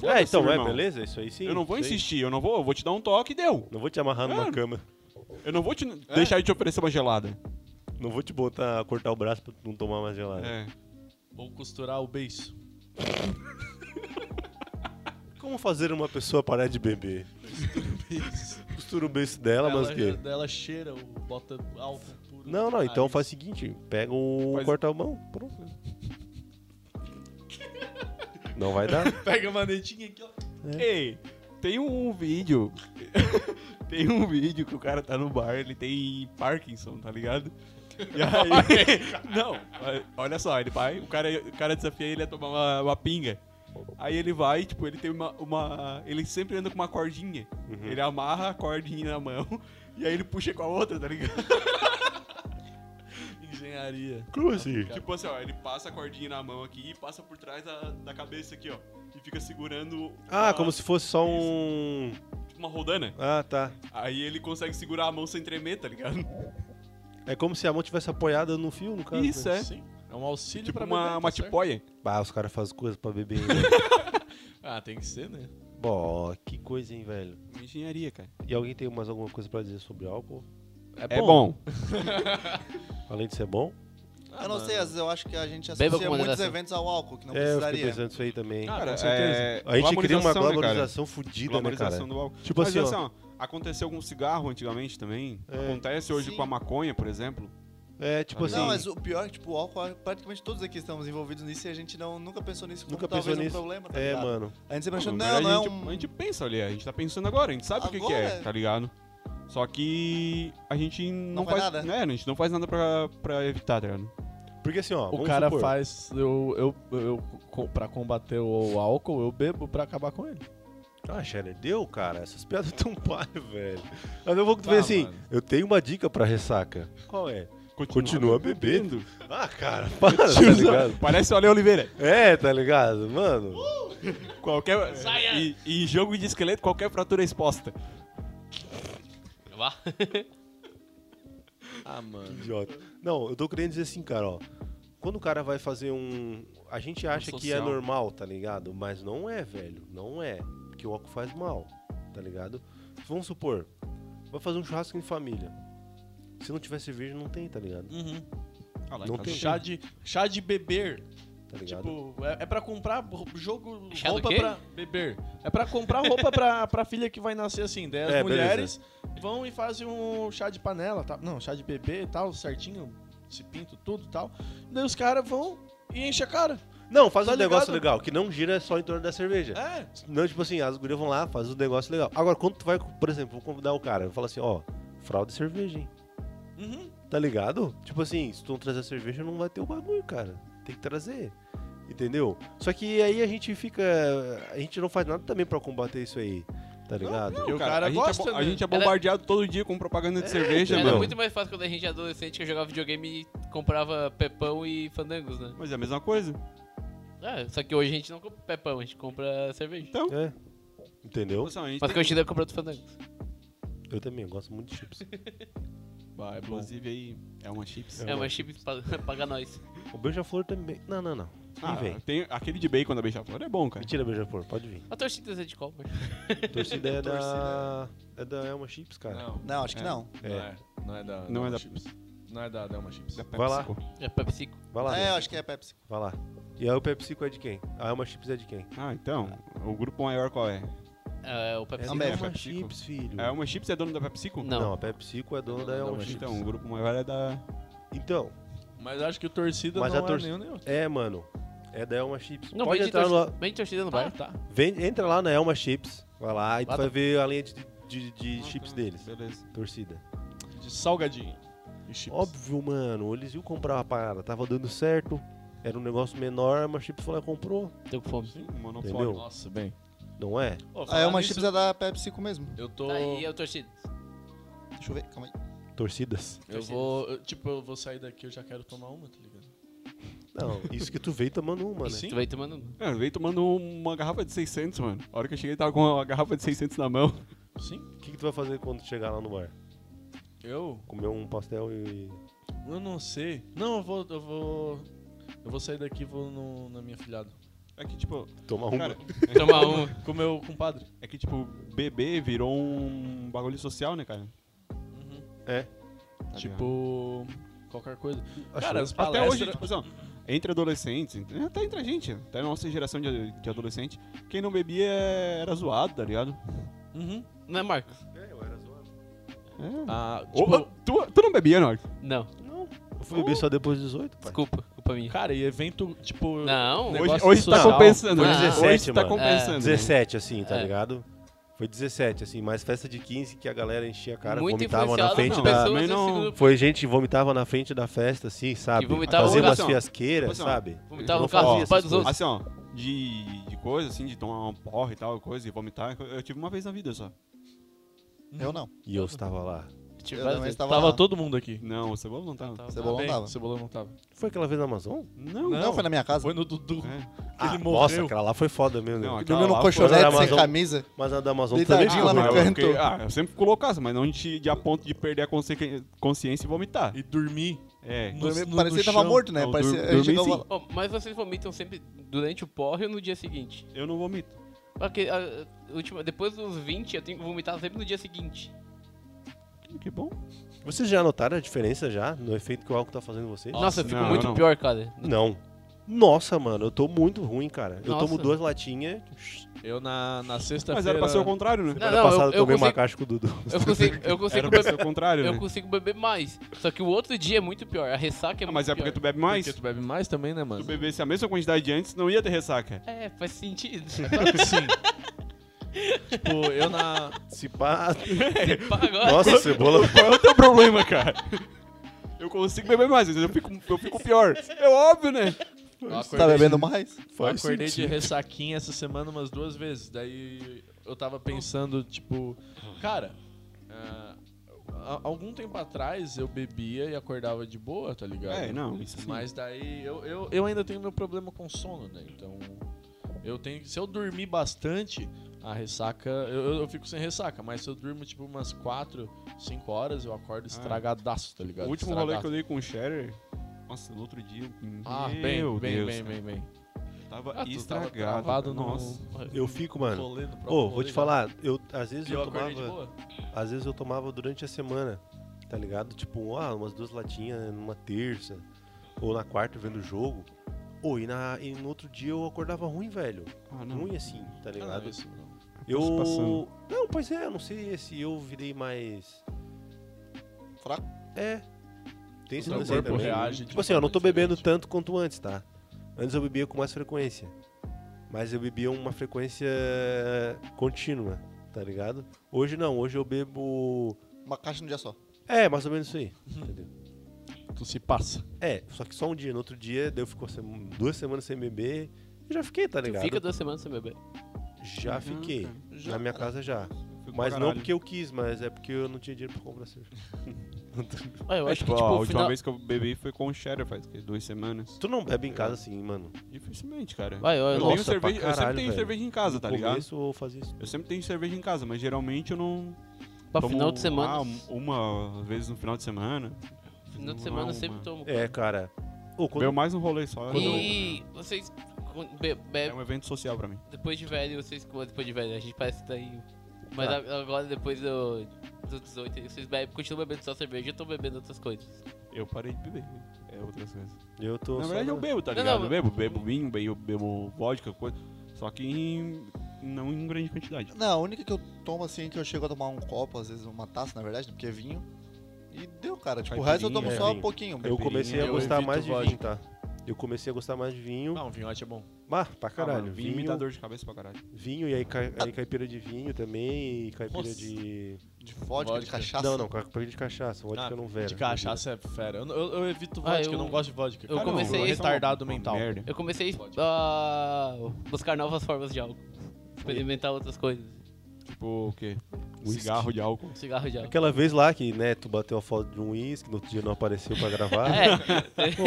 D: foda-se,
C: então, é,
D: irmão.
C: beleza, isso aí sim.
D: Eu não vou
C: isso aí.
D: insistir, eu não vou, eu vou te dar um toque e deu.
C: Não vou te amarrar numa
D: É.
C: cama.
D: Eu não vou te
C: É.
D: deixar de te oferecer uma gelada.
C: Não vou te botar, cortar o braço pra tu não tomar mais gelada.
D: É.
B: Ou costurar o beiço.
C: Como fazer uma pessoa parar de beber? Costura o beijo dela, mas o quê?
B: Ela cheira, ou bota álcool puro. É?
C: Não, não, então
B: Aí,
C: faz o seguinte, pega o
D: Faz-
C: corta-mão, pronto. Não vai dar.
B: Pega a manetinha aqui, ó.
D: Ei, tem um vídeo. tem um vídeo que o cara tá no bar, ele tem Parkinson, tá ligado? E aí. não, olha só, ele vai, o cara, o cara desafia ele a tomar uma, uma pinga. Aí ele vai, tipo, ele tem uma, uma- Ele sempre anda com uma cordinha.
B: Uhum.
D: Ele amarra a cordinha na mão e aí ele puxa com a outra, tá ligado?
B: Engenharia.
C: Como assim?
D: Tipo assim, ó, ele passa a cordinha na mão aqui e passa por trás da, da cabeça aqui, ó. E fica segurando.
C: Ah,
D: uma-
C: como se fosse só um.
D: tipo uma rodana.
C: Ah, tá.
D: Aí ele consegue segurar a mão sem tremer, tá ligado?
C: É como se a mão tivesse apoiada no fio, no caso. né?
D: Isso, é.
B: Sim. É um auxílio
D: Tipo
B: pra
D: uma,
B: beber,
D: uma
B: tá certo?
D: tipóia.
C: Ah, os caras fazem coisas pra beber. hein?
B: Ah, tem que ser, né?
C: Bom, que coisa, hein, velho.
D: Engenharia, cara.
C: E alguém tem mais alguma coisa pra dizer sobre álcool?
D: É bom.
C: Além de ser bom?
G: eu não sei, às vezes eu acho que a gente
E: Beba com
G: associa muitos
E: moderação.
G: eventos ao álcool, que não
C: é, eu fiquei
G: precisaria.
C: pensando isso aí também.
B: Ah, com certeza.
D: é,
C: a gente cria uma
D: globalização, né,
C: globalização fodida,
D: cara?
C: né, cara?
D: Globalização do álcool.
C: Tipo
D: Mas
C: assim,
D: olha
C: ó,
D: só, aconteceu com cigarro antigamente também.
C: É.
D: Acontece hoje
G: Sim.
D: com a maconha, por exemplo.
C: é tipo assim,
G: Não, mas o pior é que, tipo, o álcool, praticamente todos aqui estamos envolvidos nisso e a gente não, nunca pensou nisso como
C: Nunca
G: talvez
C: pensou
G: um
C: nisso.
G: problema, tá
C: é,
G: ligado?
C: mano.
G: A gente sempre achou,
D: na
G: não,
D: verdade,
G: não é
D: a, gente, a
G: um...
D: gente pensa ali, a gente tá pensando agora, a gente sabe o que que, é,
G: Agora?
D: tá ligado? Só que a gente não,
G: faz
D: faz
G: nada.
D: Né, a gente não faz nada pra, pra evitar, tá ligado?
C: Porque assim, ó,
B: O
C: vamos
B: cara
C: supor,
B: faz. Eu, eu, eu, co- pra combater o álcool, eu bebo pra acabar com ele.
C: Ah, Shelly, deu, cara. Essas piadas tão palho, velho. Mas eu vou ver
B: Ah,
C: assim,
B: mano.
C: eu tenho uma dica pra ressaca. Qual é? Continua bebendo. Ah, cara, para, tá
D: Tiozão.
C: ligado?
D: Parece o Ale Oliveira.
C: É, tá ligado? Mano,
D: Qualquer. E, e em jogo de esqueleto, qualquer fratura é exposta.
E: Vá.
C: que idiota. Não, eu tô querendo dizer assim, cara, ó. Quando o cara vai fazer um... A gente acha que é
D: social.
C: normal, tá ligado? Mas não é, velho. Não é. Porque o álcool faz mal, tá ligado? Vamos supor, vai fazer um churrasco em família. Se não tiver cerveja, não tem, tá ligado?
B: Uhum.
D: Ah, lá,
C: Não
D: em casa
C: tem.
B: Chá de, chá de beber.
C: Tá ligado?
B: Tipo, é, é pra comprar ro- jogo,
E: Chá do
B: roupa
E: quê?
B: pra beber. É pra comprar roupa pra, pra filha que vai nascer assim. Daí as
C: É,
B: mulheres vão e fazem um chá de panela, tá? não, chá de bebê e tal, certinho, se pinto tudo e tal. Daí os caras vão e enchem a cara.
C: Não, faz
B: Tá
C: um negócio
B: ligado?
C: legal, que não gira só em torno da cerveja.
B: É,
C: Não, tipo assim, as gurias vão lá, faz um negócio legal. Agora, quando tu vai, por exemplo, vou convidar o cara, eu falo assim, ó, fralda e cerveja, hein?
B: uhum.
C: Tá ligado? Tipo assim, se tu não trazer a cerveja, não vai ter o bagulho, cara. Tem que trazer. Entendeu? Só que aí a gente fica. A gente não faz nada também pra combater isso aí. Tá ligado?
B: E o
D: Cara,
B: cara
D: a, gente
B: gosta,
D: é, bo- a
B: né?
D: gente é bombardeado todo dia com propaganda
C: É.
D: de cerveja, né?
E: Era
D: meu.
E: muito mais fácil quando a gente era adolescente que eu jogava videogame e comprava pepão e fandangos, né?
D: Mas é a mesma coisa.
E: É, só que hoje a gente não compra pepão, a gente compra cerveja.
C: É. Entendeu?
D: Nossa, a gente
E: Mas
D: tem-
E: continua comprando fandangos.
C: Eu também, eu gosto muito de chips.
B: Vai, bom.
D: Inclusive aí, é uma chips.
E: É, mas chips pa- paga nós.
C: O beija-flor também. Não, não, não.
D: Ah,
C: E vem.
D: tem aquele de bacon da beija-flor é bom, cara.
C: Mentira, beija-flor, pode vir.
E: Até os tintas é de copa.
C: Torcida é da. É da Elma Chips, cara.
B: Não,
G: Não, acho que
D: É.
G: não.
B: não é. Não é da
D: Não é
B: Delma
D: da-
B: Chips. Não é da Delma Chips.
C: Vai lá.
D: PepsiCo.
E: É PepsiCo.
C: Vai lá.
G: É, eu acho que é Pepsi.
C: Vai lá. E aí o PepsiCo é de quem? A Elma Chips é de quem?
D: Ah, então. O grupo maior qual é?
E: É, o PepsiCo.
G: Ambev.
C: da Elma
D: PepsiCo.
C: Chips, filho.
D: É uma chips é dono da PepsiCo?
C: Não.
E: Não.
C: a PepsiCo Hum. é dona da
D: Não,
C: Elma
D: mas
C: Chips.
D: então, o grupo maior é da.
C: Então,
B: Mas acho que o torcida
C: Mas
B: não
C: a
B: é
C: torci-
B: nenhum nem outro.
C: é, mano. É da Elma Chips.
E: Não,
C: Pode
E: vende
C: entrar
E: torcida,
C: lá.
E: vende torcida no
B: Ah,
E: bar.
B: tá.
C: Vem, entra lá na Elma Chips. Vai lá e tu
E: Lá
C: vai
E: tá.
C: ver a linha de, de, de
D: Ah,
C: chips
D: tá.
C: deles.
D: Beleza.
C: Torcida.
B: De salgadinho. E chips.
C: Óbvio, mano. Eles iam comprar a parada. Tava dando certo. Era um negócio menor, a Elma Chips foi lá e comprou.
E: Tô com fome.
D: Sim, o monopólio.
C: Entendeu?
B: Nossa, bem.
C: Não é?
G: Ah, é uma
B: chips
G: chips é da PepsiCo mesmo.
B: Eu tô.
E: Tá aí, é o torcida.
G: Deixa eu ver, calma aí.
C: Torcidas.
B: Eu vou. eu- tipo, eu vou sair daqui, eu já quero tomar uma, tá ligado?
C: Não, isso que tu veio tomando uma, né?
E: Tu vai tomando um.
D: Cara, veio É, tomando uma garrafa de 600, mano. A hora que eu cheguei, tava com uma garrafa de 600 na mão.
B: Sim.
C: O que, que tu vai fazer quando chegar lá no bar?
B: Eu?
C: Comer um pastel e.
B: Eu não sei. Não, eu vou. Eu vou. Eu vou sair daqui e vou no- na minha filhada.
D: É que, tipo,
C: tomar uma.
D: Cara,
E: Tomar um.
B: Com meu compadre.
D: é que, tipo, bebê virou um bagulho social, né, cara?
C: É.
D: Tá ligado?
B: Uhum. tipo. Qualquer coisa.
C: Acho-
B: Cara, as
D: Até
B: palestras-
D: hoje, tipo, assim, ó, entre adolescentes, ent- até entre a gente, até a nossa geração de, de adolescente, quem não bebia era zoado, tá ligado?
B: Uhum.
E: Não é Marcos? Ah,
D: É.
B: Ah, tipo,
D: Opa, tu, tu não bebia, Norte?
E: Não,
C: Eu fui beber só depois dos 18, pai.
E: desculpa. O dopamina.
B: Cara, e evento, tipo.
E: Não.
B: negócio
D: Hoje, hoje tá
B: social.
D: compensando.
E: Foi
D: né?
C: 17,
D: hoje tá
C: mano.
D: compensando.
C: 17, assim, tá
E: É.
C: ligado? Foi 17, assim, mas festa de 15 que a galera enchia a cara,
E: muito
C: vomitava na
E: influenciado
C: frente
E: por
C: da.
E: pessoas
D: Mas
E: desse
D: não-
E: grupo.
C: Foi gente que vomitava na frente da festa, assim, sabe?
E: Que vomitava
C: Fazia
D: no-
C: umas
D: assim, ó.
C: fiasqueiras,
D: Assim, ó.
C: sabe?
E: Vomitava
C: Eu
E: no
C: não
E: carro
C: fazia
E: do pai
C: essas
E: dos outros.
D: Assim, ó, de, de coisa, assim, de tomar um porra e tal, coisa, e vomitar, eu tive uma vez na vida só.
G: Eu não.
C: E eu estava lá.
E: Tipo,
G: Eu também
E: assim,
G: estava
B: Tava
G: lá.
B: todo mundo aqui.
D: Não, o Cebola não tava.
E: tá.
G: Cebolão
B: Bem,
G: tava.
B: Cebolão não tava.
C: Foi aquela vez na Amazon?
D: Não,
G: Não, foi na minha casa.
B: Foi no Dudu.
D: É.
C: Ah,
B: ele
C: nossa,
B: morreu.
C: aquela lá foi foda mesmo. né?
D: Não, aquela
G: Dormiu
D: lá
G: no
D: foi-
C: colchonete.
G: colchonete sem
C: Amazon.
G: camisa.
C: Mas a da Amazon também
G: Deitadinho
C: ficou
G: lá no
D: mas eu
C: ruim.
G: canto.
D: fiquei- ah, eu sempre ficou loucaço, mas não de, de a ponto de perder a consci- consciência e vomitar.
B: E dormi.
D: É.
B: No-
G: Dormi-
B: no-
G: Parecia
B: no
G: que tava
B: chão.
G: morto, né?
D: Não,
G: Parecia.
D: dur-
G: ele
D: dormi
G: chegou
D: sim.
G: lá-
E: Ó, mas vocês vomitam sempre durante o porre ou no dia seguinte?
D: Eu não vomito.
E: Porque a- a última, depois dos 20 eu tenho que vomitar sempre no dia seguinte.
D: Que bom.
C: Vocês já notaram a diferença já no efeito que o álcool tá fazendo em vocês?
E: Nossa, eu fico
D: não,
E: muito
D: não.
E: pior, cara.
C: Não. Nossa, mano, eu tô muito ruim, cara. Eu
E: Nossa.
C: tomo duas latinhas.
B: Eu na, na sexta-feira.
D: Mas era pra ser o contrário, né?
E: Não,
C: Ano
E: não, eu,
C: passado eu,
E: eu
C: tomei uma
E: consigo,
C: caixa com o Dudu.
E: eu consigo, eu consigo
D: Era pra ser
E: beber,
D: o contrário,
E: eu
D: né?
E: consigo beber mais. Só que o outro dia é muito pior, a ressaca é
D: Ah,
E: muito
D: mas é
E: pior.
D: porque tu bebe mais.
B: Porque tu bebe mais também, né,
D: Se
B: mano?
D: tu bebesse a mesma quantidade de antes, não ia ter ressaca.
E: É, faz sentido.
B: Sim. tipo, eu na.
C: Se pá.
E: Pá, agora.
C: Nossa, cebola.
D: Qual é o teu problema, cara? Eu consigo beber mais, mas eu fico, eu fico pior. É óbvio, né?
B: eu
G: Tá
B: acordei-
G: bebendo mais?
B: Eu acordei de ressaquinha essa semana umas duas vezes. Daí eu tava pensando, tipo, cara, ah, a- algum tempo atrás eu bebia e acordava de boa, tá ligado?
D: É, não, isso sim.
B: Mas daí eu, eu, eu ainda tenho meu problema com sono, né? Então eu tenho que- se eu dormir bastante, a ressaca, eu, eu- eu fico sem ressaca, mas se eu durmo tipo umas 4, 5 horas, eu acordo estragadaço, tá
D: Ah. O
B: ligado?
D: último rolê que eu
B: Estragaço.
D: dei com o Scherer. Nossa, no outro dia.
B: Ah,
D: meu
B: bem,
D: Deus,
B: bem, bem,
D: cara.
B: bem, bem.
D: Tava
B: Ah, tu tava
D: estragado.
B: travado no-
D: Nossa.
C: Eu fico, mano.
B: Rolê, no próprio
C: Ô, vou
B: rolê,
C: te
B: né?
C: falar, eu às vezes
B: E
C: eu,
B: eu acordei de
C: tomava,
B: boa.
C: às vezes eu tomava durante a semana, tá ligado? Tipo, ah, umas duas latinhas numa terça ou na quarta vendo o jogo. Ô, e, na, e no outro dia eu acordava ruim, velho.
D: Ah, não.
C: Ruim assim, tá
B: Hum. Ah,
C: ligado?
B: não, isso não.
C: eu
D: passando.
C: Não, pois é, eu não sei se eu virei mais
G: Fraco?
C: É. Tem esse
B: O
C: lance aí
B: Então, corpo
C: também.
B: reage de
C: Tipo assim, eu não tô
B: forma
C: bebendo
B: diferente.
C: tanto quanto antes, tá? Antes eu bebia com mais frequência. Mas eu bebia uma frequência eh, contínua, tá ligado? Hoje não, hoje eu bebo.
G: Uma caixa no dia só.
C: É, mais ou menos isso aí.
D: Uhum.
C: entendeu?
B: Tu se passa.
C: É, só que só um dia. No outro dia, daí eu fico sem- duas semanas sem beber. Eu já fiquei, tá
E: Tu
C: ligado?
E: fica duas semanas sem beber.
D: Uhum,
C: Já fiquei. Na minha casa já.
D: Fui pro
C: Mas não
D: caralho.
C: porque eu quis, mas é porque eu não tinha dinheiro pra comprar cerveja.
E: Ah, eu
D: É,
E: acho
D: tipo,
E: que
D: a
E: tipo, o
D: última
E: final...
D: vez que eu bebi foi com o Shatter faz que, duas semanas.
C: Tu não bebe em casa assim, mano.
D: Dificilmente, cara.
E: Vai,
D: eu,
E: olha,
C: Nossa,
D: tenho cerveja,
C: pra
D: eu sempre
C: caralho,
D: tenho
C: velho.
D: cerveja em casa, tá
C: no
D: ligado?
C: começo eu fazia isso.
D: Eu sempre tenho cerveja em casa, mas geralmente eu não.
E: pra
D: tomo,
E: final de semana.
D: ah, um- uma vez no final de semana.
E: final
D: não
E: de semana
D: é
E: eu sempre
D: uma-
E: tomo.
C: É, cara. Ô, quando-
D: Bebo mais um rolê só. eu não-
E: E vocês quando be-
D: É
E: be-
D: um evento social pra mim.
E: depois de velho, vocês depois de velho, a gente parece que tá aí. Mas a- agora depois do, dos 18, vocês bebem, continuam bebendo só cerveja, eu tô bebendo outras coisas.
D: Eu parei de beber. É outras coisas.
C: Eu tô.
D: Na
C: só
D: verdade,
C: na-
D: eu bebo, tá
E: Não,
D: ligado?
E: não,
D: eu bebo, bebo vinho, bebo, bebo vodka, coisa. Só que em- não em grande quantidade.
G: Não, a única que eu tomo assim, que eu chego a tomar um copo, às vezes uma taça, na verdade, né, porque é vinho. E deu, cara. Tipo, o resto eu tomo
C: Caipirinha,
G: só
C: é
G: um
C: vinho.
G: pouquinho.
C: Eu comecei a
B: eu
C: gostar
B: evito
C: mais de
B: vodka.
C: vinho, tá? Eu comecei a gostar mais de vinho.
B: Não, vinhote é bom.
C: Ah, pra
D: Ah,
C: caralho.
D: mano, vinho,
C: vinho,
D: me dá dor de cabeça pra caralho.
C: vinho, e aí, ca- aí caipira de vinho também, e caipira
B: Nossa.
C: de.
G: De vodka, de
B: Vodka.
G: cachaça.
C: Não, não, caipira de cachaça. Vodka
B: Ah,
C: eu não vera.
B: de cachaça é fera. Eu, eu- eu evito
E: Ah,
B: vodka, eu...
E: eu-
B: não gosto de vodka.
E: eu
B: Cara,
E: comecei
B: eu sou
E: a-
B: retardado
D: é Uma
B: mental.
D: Merda.
E: Eu comecei a buscar novas formas de álcool, experimentar outras coisas, Um
D: Tipo, o quê? Cigarro de álcool.
E: cigarro de álcool.
C: Aquela vez lá que, né, tu bateu a foto de um uísque, no outro dia não apareceu pra gravar.
E: É,
C: Pô,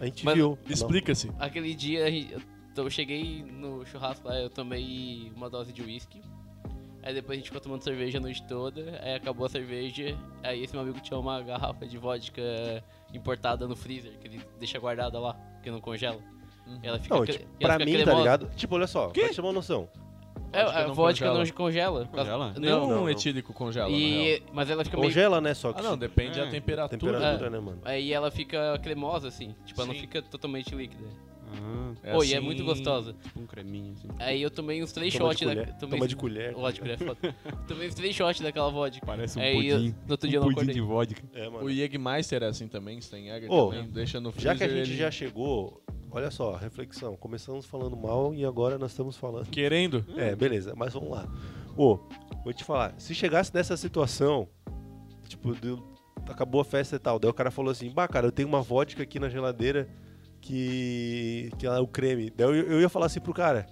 C: a gente
E: Mas
C: viu.
B: Explica-se.
E: Aquele dia a gente- eu to- eu cheguei no churrasco lá, eu tomei uma dose de uísque. Aí depois a gente ficou tomando cerveja a noite toda, aí acabou a cerveja, aí esse meu amigo tinha uma garrafa de vodka importada no freezer, que ele deixa guardada lá, que não congela.
B: Uhum.
E: E ela fica,
C: Não, não
E: cre-
C: tipo,
E: e ela
C: pra
E: fica
C: mim, tá
E: cremosa.
C: ligado? Tipo, olha só, pra te chamar uma noção.
E: É,
B: Vodka
E: a
B: não
E: vodka
B: congela.
E: não congela.
D: Congela?
E: Não.
B: Nenhum
C: não, não.
B: etílico congela, na real.
E: E, mas ela fica meio...
C: Congela, né, só que
B: Ah, não, depende
D: É.
B: da temperatura.
C: temperatura, né, mano?
E: Aí ela fica cremosa, assim. Tipo, ela não
B: Sim. assim
E: fica totalmente líquida. É Pô, e é muito gostosa.
D: Ah, Tipo um creminho, assim.
E: Aí eu tomei uns três
C: Toma de
E: shots da.
C: colher.
E: Tomei
C: Toma de colher.
E: Ó, de colher é foda. tomei uns três shots daquela vodka.
D: Parece um
E: Aí É, eu-
D: pudim.
E: no outro dia eu
D: um
E: não
D: pudim
E: acordei.
D: de vodka.
C: É, mano.
B: O Jägermeister é assim também, Steinjager
C: Ô,
B: também, deixa no freezer.
C: Já que a gente
B: ele-
C: já chegou, olha só, reflexão. Começamos falando mal e agora nós estamos falando.
B: Querendo?
C: É, beleza, mas vamos lá. Ô, vou te falar, se chegasse nessa situação, tipo, deu- acabou a festa e tal, daí o cara falou assim, bah, cara, eu tenho uma vodka aqui na geladeira que. que ela é o creme. Daí eu, eu ia falar assim pro cara.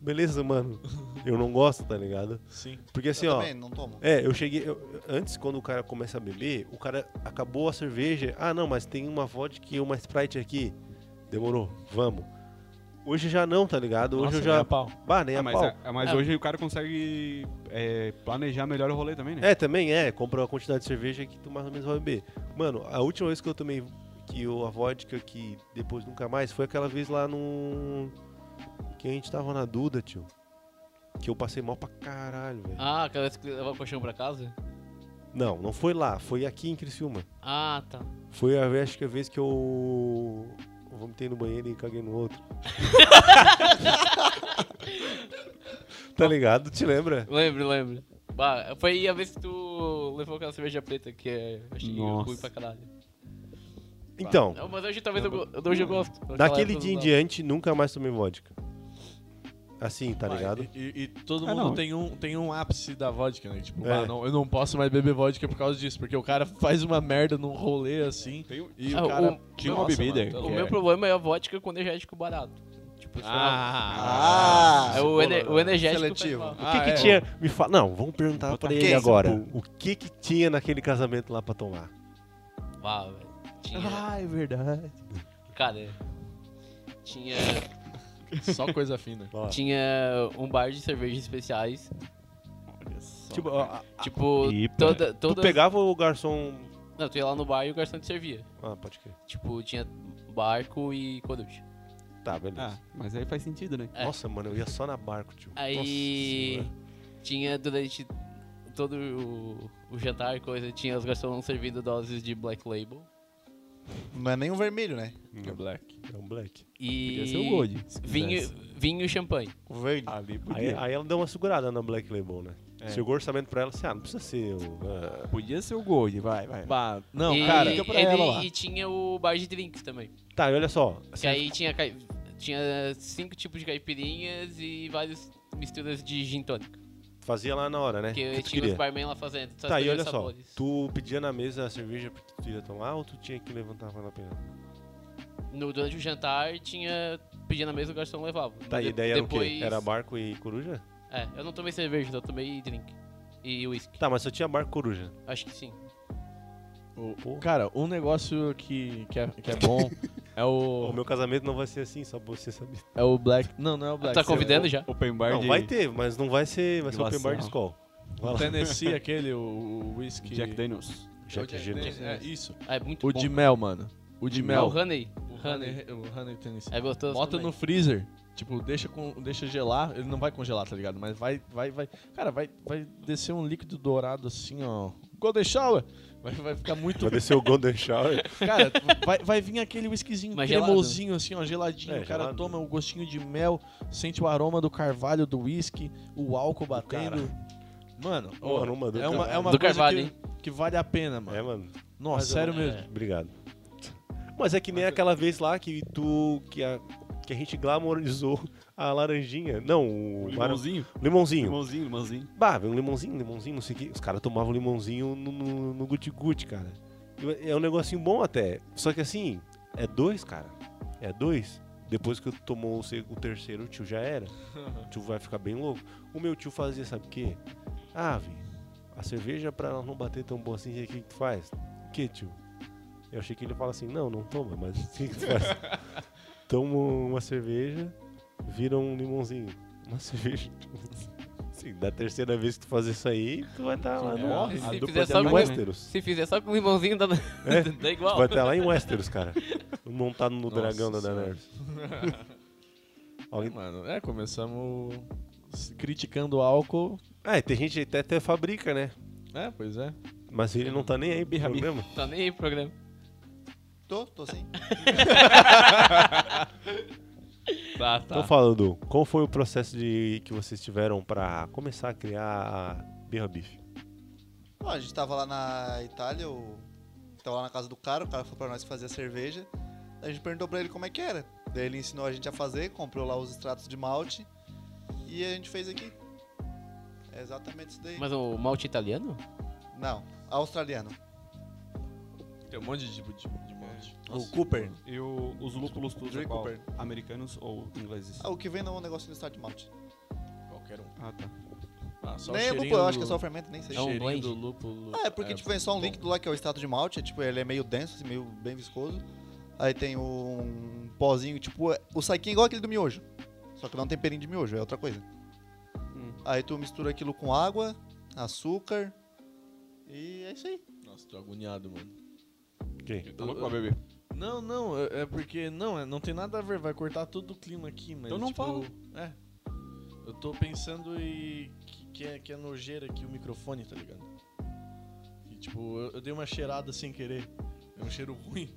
C: Beleza, mano. Eu não gosto, tá ligado?
B: Sim.
C: Porque assim,
G: eu
C: ó.
G: também não tomo.
C: É, eu cheguei. eu- eu- antes, quando o cara começa a beber, o cara acabou a cerveja. Ah, não, mas tem uma vodka e uma Sprite aqui. Demorou, vamos. Hoje já não, tá ligado? Hoje
B: Nossa,
C: eu já.
B: nem a pau.
C: Bah, nem
D: Ah,
C: a
D: mas
C: pau.
D: é- é- mas
E: Ah.
D: hoje o cara consegue é, planejar melhor o rolê também, né?
C: É, também é. Compra uma quantidade de cerveja que tu mais ou menos vai beber. Mano, a última vez que eu tomei que eu, a vodka que depois nunca mais foi aquela vez lá no. Que a gente tava na Duda, tio. Que eu passei mal pra caralho, velho.
E: Ah, aquela vez que eu levava o colchão pra casa?
C: Não, não foi lá, foi aqui em Criciúma.
E: Ah, tá.
C: Foi a vez, acho que a vez que eu. eu Vomitei no banheiro e caguei no outro. tá ligado? Te lembra?
E: Lembro, lembro. Bah, foi a vez que tu levou aquela cerveja preta que é. Eu achei
D: Nossa.
E: ruim pra caralho.
C: Então,
E: Não, mas hoje talvez eu, go- eu- hoje eu gosto. Naquela
C: daquele
E: época
C: dia
E: eu
C: em
E: não
C: diante, nunca mais tomei vodka. Assim, tá
B: Vai,
C: ligado?
B: E, e- e todo
D: Ah,
B: mundo
D: não.
B: tem, um, tem um ápice da vodka, né? Tipo,
C: É.
B: ah, não, eu não posso mais beber vodka por causa disso, porque o cara faz uma merda num rolê assim.
D: um-
B: E
E: Ah,
B: o cara.
E: o-
D: Tinha
B: Nossa,
D: uma bebida.
B: mano, tá
E: dava. O
B: louco.
E: meu problema é a vodka com energético barato. Tipo, sei lá,
G: Ah!
E: é o, ener- o energético.
G: seletivo.
E: faz mal.
C: O que, que
B: é.
C: tinha. Me fala. Não, vamos perguntar
E: um
C: pra ele
G: quem?
C: agora. O que que tinha naquele casamento lá pra tomar? Ah.
E: Bah, velho. Tinha.
B: é verdade.
E: Cara, tinha,
B: Só coisa fina.
E: tinha um bar de cervejas especiais.
C: Tipo, ó,
E: Tipo,
D: Ipa.
E: toda,
C: tu
E: todas.
C: pegava o garçom.
E: Não, tu ia lá no bar e o garçom te servia.
C: Ah, pode crer.
E: Tipo, tinha barco e coruja.
C: Tá, beleza.
D: Ah, mas aí faz sentido, né?
E: é.
C: Nossa, mano, eu ia só na barco, tio.
E: Aí
C: Nossa senhora.
E: tinha durante todo o, o jantar e coisa, tinha os garçons servindo doses de Black Label.
G: Não é nem o vermelho, né?
D: É black.
C: É um black.
E: E
D: Podia ser o Gold. se
E: vinho,
D: quisesse.
E: vinho e champanhe.
G: O verde.
D: Ali
C: Aí,
D: podia.
C: aí ela deu uma segurada na Black Label, né?
D: É.
C: Chegou o orçamento pra ela assim, ah, não precisa ser o. ah,
D: Podia ser o Gold, vai, vai.
B: Bah, não,
E: e,
B: cara.
E: ele-
B: E-
E: e tinha o bar de drinks também.
C: Tá, e olha só.
E: Que aí tinha, cai- tinha cinco tipos de caipirinhas e várias misturas de gin tônica.
C: Fazia lá na hora, né? Que
E: Que eu
C: tu
E: tinha os
C: queria.
E: barman lá fazendo. só
C: Tá, e
E: escolher
C: olha
E: os
C: só.
E: sabores.
C: Tu pedia na mesa a cerveja porque tu ia tomar ou tu tinha que levantar pra na pena?
E: No, durante o jantar tinha. Pedia na mesa o garçom levava.
C: Tá, e
E: De-
C: daí era o
E: depois-
C: quê? Era barco e coruja?
E: É, eu não tomei cerveja, então eu tomei drink. E uísque.
C: Tá, mas só tinha barco e coruja.
E: Acho que sim.
B: o- Cara, um negócio que, que, é, que é bom é
C: O
B: o.
C: meu casamento não vai ser assim, só pra você saber.
B: É o Black. Não, não é o Black.
E: tá
B: é o-
E: convidando já?
D: Open bar
C: Não,
D: de...
C: vai ter, mas não vai ser. Vai ser open bar de
D: Relação.
C: escola. Vai
B: O
C: lá.
B: Tennessee, aquele, o, o whisky.
D: Jack Daniels.
B: É o
C: Jack Daniels.
B: Daniels, É isso.
E: Ah, é muito
B: O
E: bom.
B: de mel, mano. O de
E: É o
B: mel.
E: Honey. Honey.
B: O Honey Tennessee.
E: É gostoso.
B: Bota
E: também.
B: no freezer. Tipo, deixa, com, deixa gelar. Ele não vai congelar, tá ligado? Mas vai, vai, vai. Cara, vai, vai descer um líquido dourado assim, ó. Golden Shower! Vai, vai ficar muito.
C: Vai descer o Golden Shower.
B: cara, vai, vai vir aquele whiskyzinho
E: Mas
B: cremosinho, assim, ó, geladinho.
C: É,
B: o cara
C: gelado.
B: toma o gostinho de mel, sente o aroma do carvalho do whisky, o álcool batendo. Mano,
C: O
B: ó,
C: aroma do
B: é uma, é uma
E: Do
B: coisa
E: carvalho, hein?
B: que, que vale a pena, mano.
C: É, mano.
B: Nossa, sério mesmo.
C: Obrigado. Mas é que nem aquela vez lá que tu. que a, que a gente glamorizou a laranjinha. Não, o
D: O
C: limãozinho. limãozinho.
D: Limãozinho. Limãozinho, limãozinho.
C: Bah, veio um limãozinho, limãozinho, não sei o que. Os caras tomavam limãozinho no, no, no guti-guti, cara. E É um negocinho bom até. Só que assim, é dois, cara. É dois. Depois que eu tomou o, se- o terceiro, o tio já era. O tio vai ficar bem louco. O meu tio fazia, sabe o quê? Ah, vi, a cerveja pra ela não bater tão bom assim, o que que tu faz? Que, tio? Eu achei que ele fala assim, não, não toma, mas o que que tu faz? Toma uma cerveja, vira um limãozinho. Uma cerveja. Sim, da terceira vez que tu fazer isso aí, tu vai estar lá no,
E: Se
C: a dupla
E: fizer
C: de
E: só né?
C: no
E: com-
C: Westeros.
E: Se fizer só com limãozinho, dá, dá
C: Tu
E: igual.
C: É? vai estar lá em Westeros, cara. Montado no dragão da
B: Senhora.
C: Daenerys. Alguém...
B: Mano, é, começamos se criticando o álcool.
C: Ah, e tem gente que até, até fabrica, né?
B: É, pois é.
C: Mas ele não tá nem aí pro
D: Birra, birra.
C: problema.
E: Tá nem aí pro programa.
G: Tô, tô assim. sim.
E: Tá,
C: Então falando, qual foi o processo de, que vocês tiveram pra começar a criar a Birra Bife?
G: Bom, a gente tava lá na Itália, o... tava lá na casa do cara, o cara falou pra nós fazer a cerveja. Daí A gente perguntou pra ele como é que era. Daí ele ensinou a gente a fazer, comprou lá os extratos de malte e a gente fez aqui. É exatamente isso daí.
E: Mas o malte italiano?
G: Não, australiano.
B: Tem um monte de tipo de, de monte.
G: o Cooper.
D: E o- os lúpulos tudo
G: Drink
D: é qual?
G: Cooper.
D: Americanos ou ingleses?
G: Ah, o que vem no negocinho do extrato de malte.
B: Qualquer um.
D: Ah, tá.
B: Ah, só
G: nem é
B: o
G: lúpulo,
B: cheirinho
G: eu acho que é
B: do-
G: só o fermento, nem sei.
E: É um
B: Cheirinho
E: blend.
B: do lúpulo.
G: Ah, é porque tipo, vem só um
B: bom.
G: líquido lá que é o extrato de malte, é, tipo, ele é meio denso, assim, meio bem viscoso. Aí tem um pozinho, tipo, é- o saquinho é igual aquele do miojo. Só que não tem perinho de miojo, é outra coisa. Aí tu mistura aquilo com água, açúcar e é isso aí.
B: Nossa, tô agoniado, mano.
C: Ok.
D: Tá louco pra beber.
B: Não, não, é é porque. Não, é- não tem nada a ver, vai cortar todo o clima aqui, mas.
D: Então não
B: tipo,
D: fala.
B: É. Eu tô pensando e. Que, que é, que é nojeira aqui o microfone, tá ligado? E, tipo, eu, eu dei uma cheirada sem querer. É um cheiro ruim.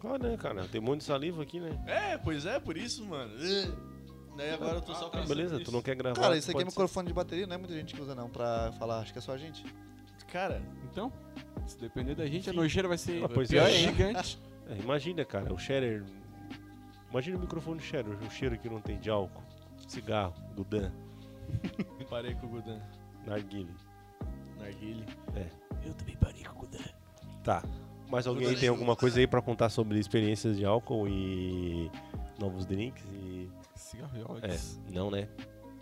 C: Qual, né, cara? Tem um monte de saliva aqui, né?
B: É, pois é, por isso, mano. Ugh. Daí agora eu tô só
C: Tá,
B: pensando
C: beleza,
B: nisso.
C: tu não quer gravar.
G: Cara, isso aqui é
C: pode
G: microfone de bateria, não é muita gente que usa não pra falar, acho que é só a gente.
B: Cara,
D: Então, se depender da gente, a nojeira vai ser
C: Ah, pois
D: pior
C: é.
D: gigante.
C: ser- É, imagina, cara, o cheddar. Imagina o microfone do cheddar, o cheiro que não tem de álcool, cigarro, gudan,
B: parei com o Gudan.
C: narguile.
B: Narguile.
E: Eu também parei com o
C: Tá. Mas alguém aí tem alguma coisa aí pra contar sobre experiências de álcool e novos drinks e.
D: Cigarro
C: É, não, né?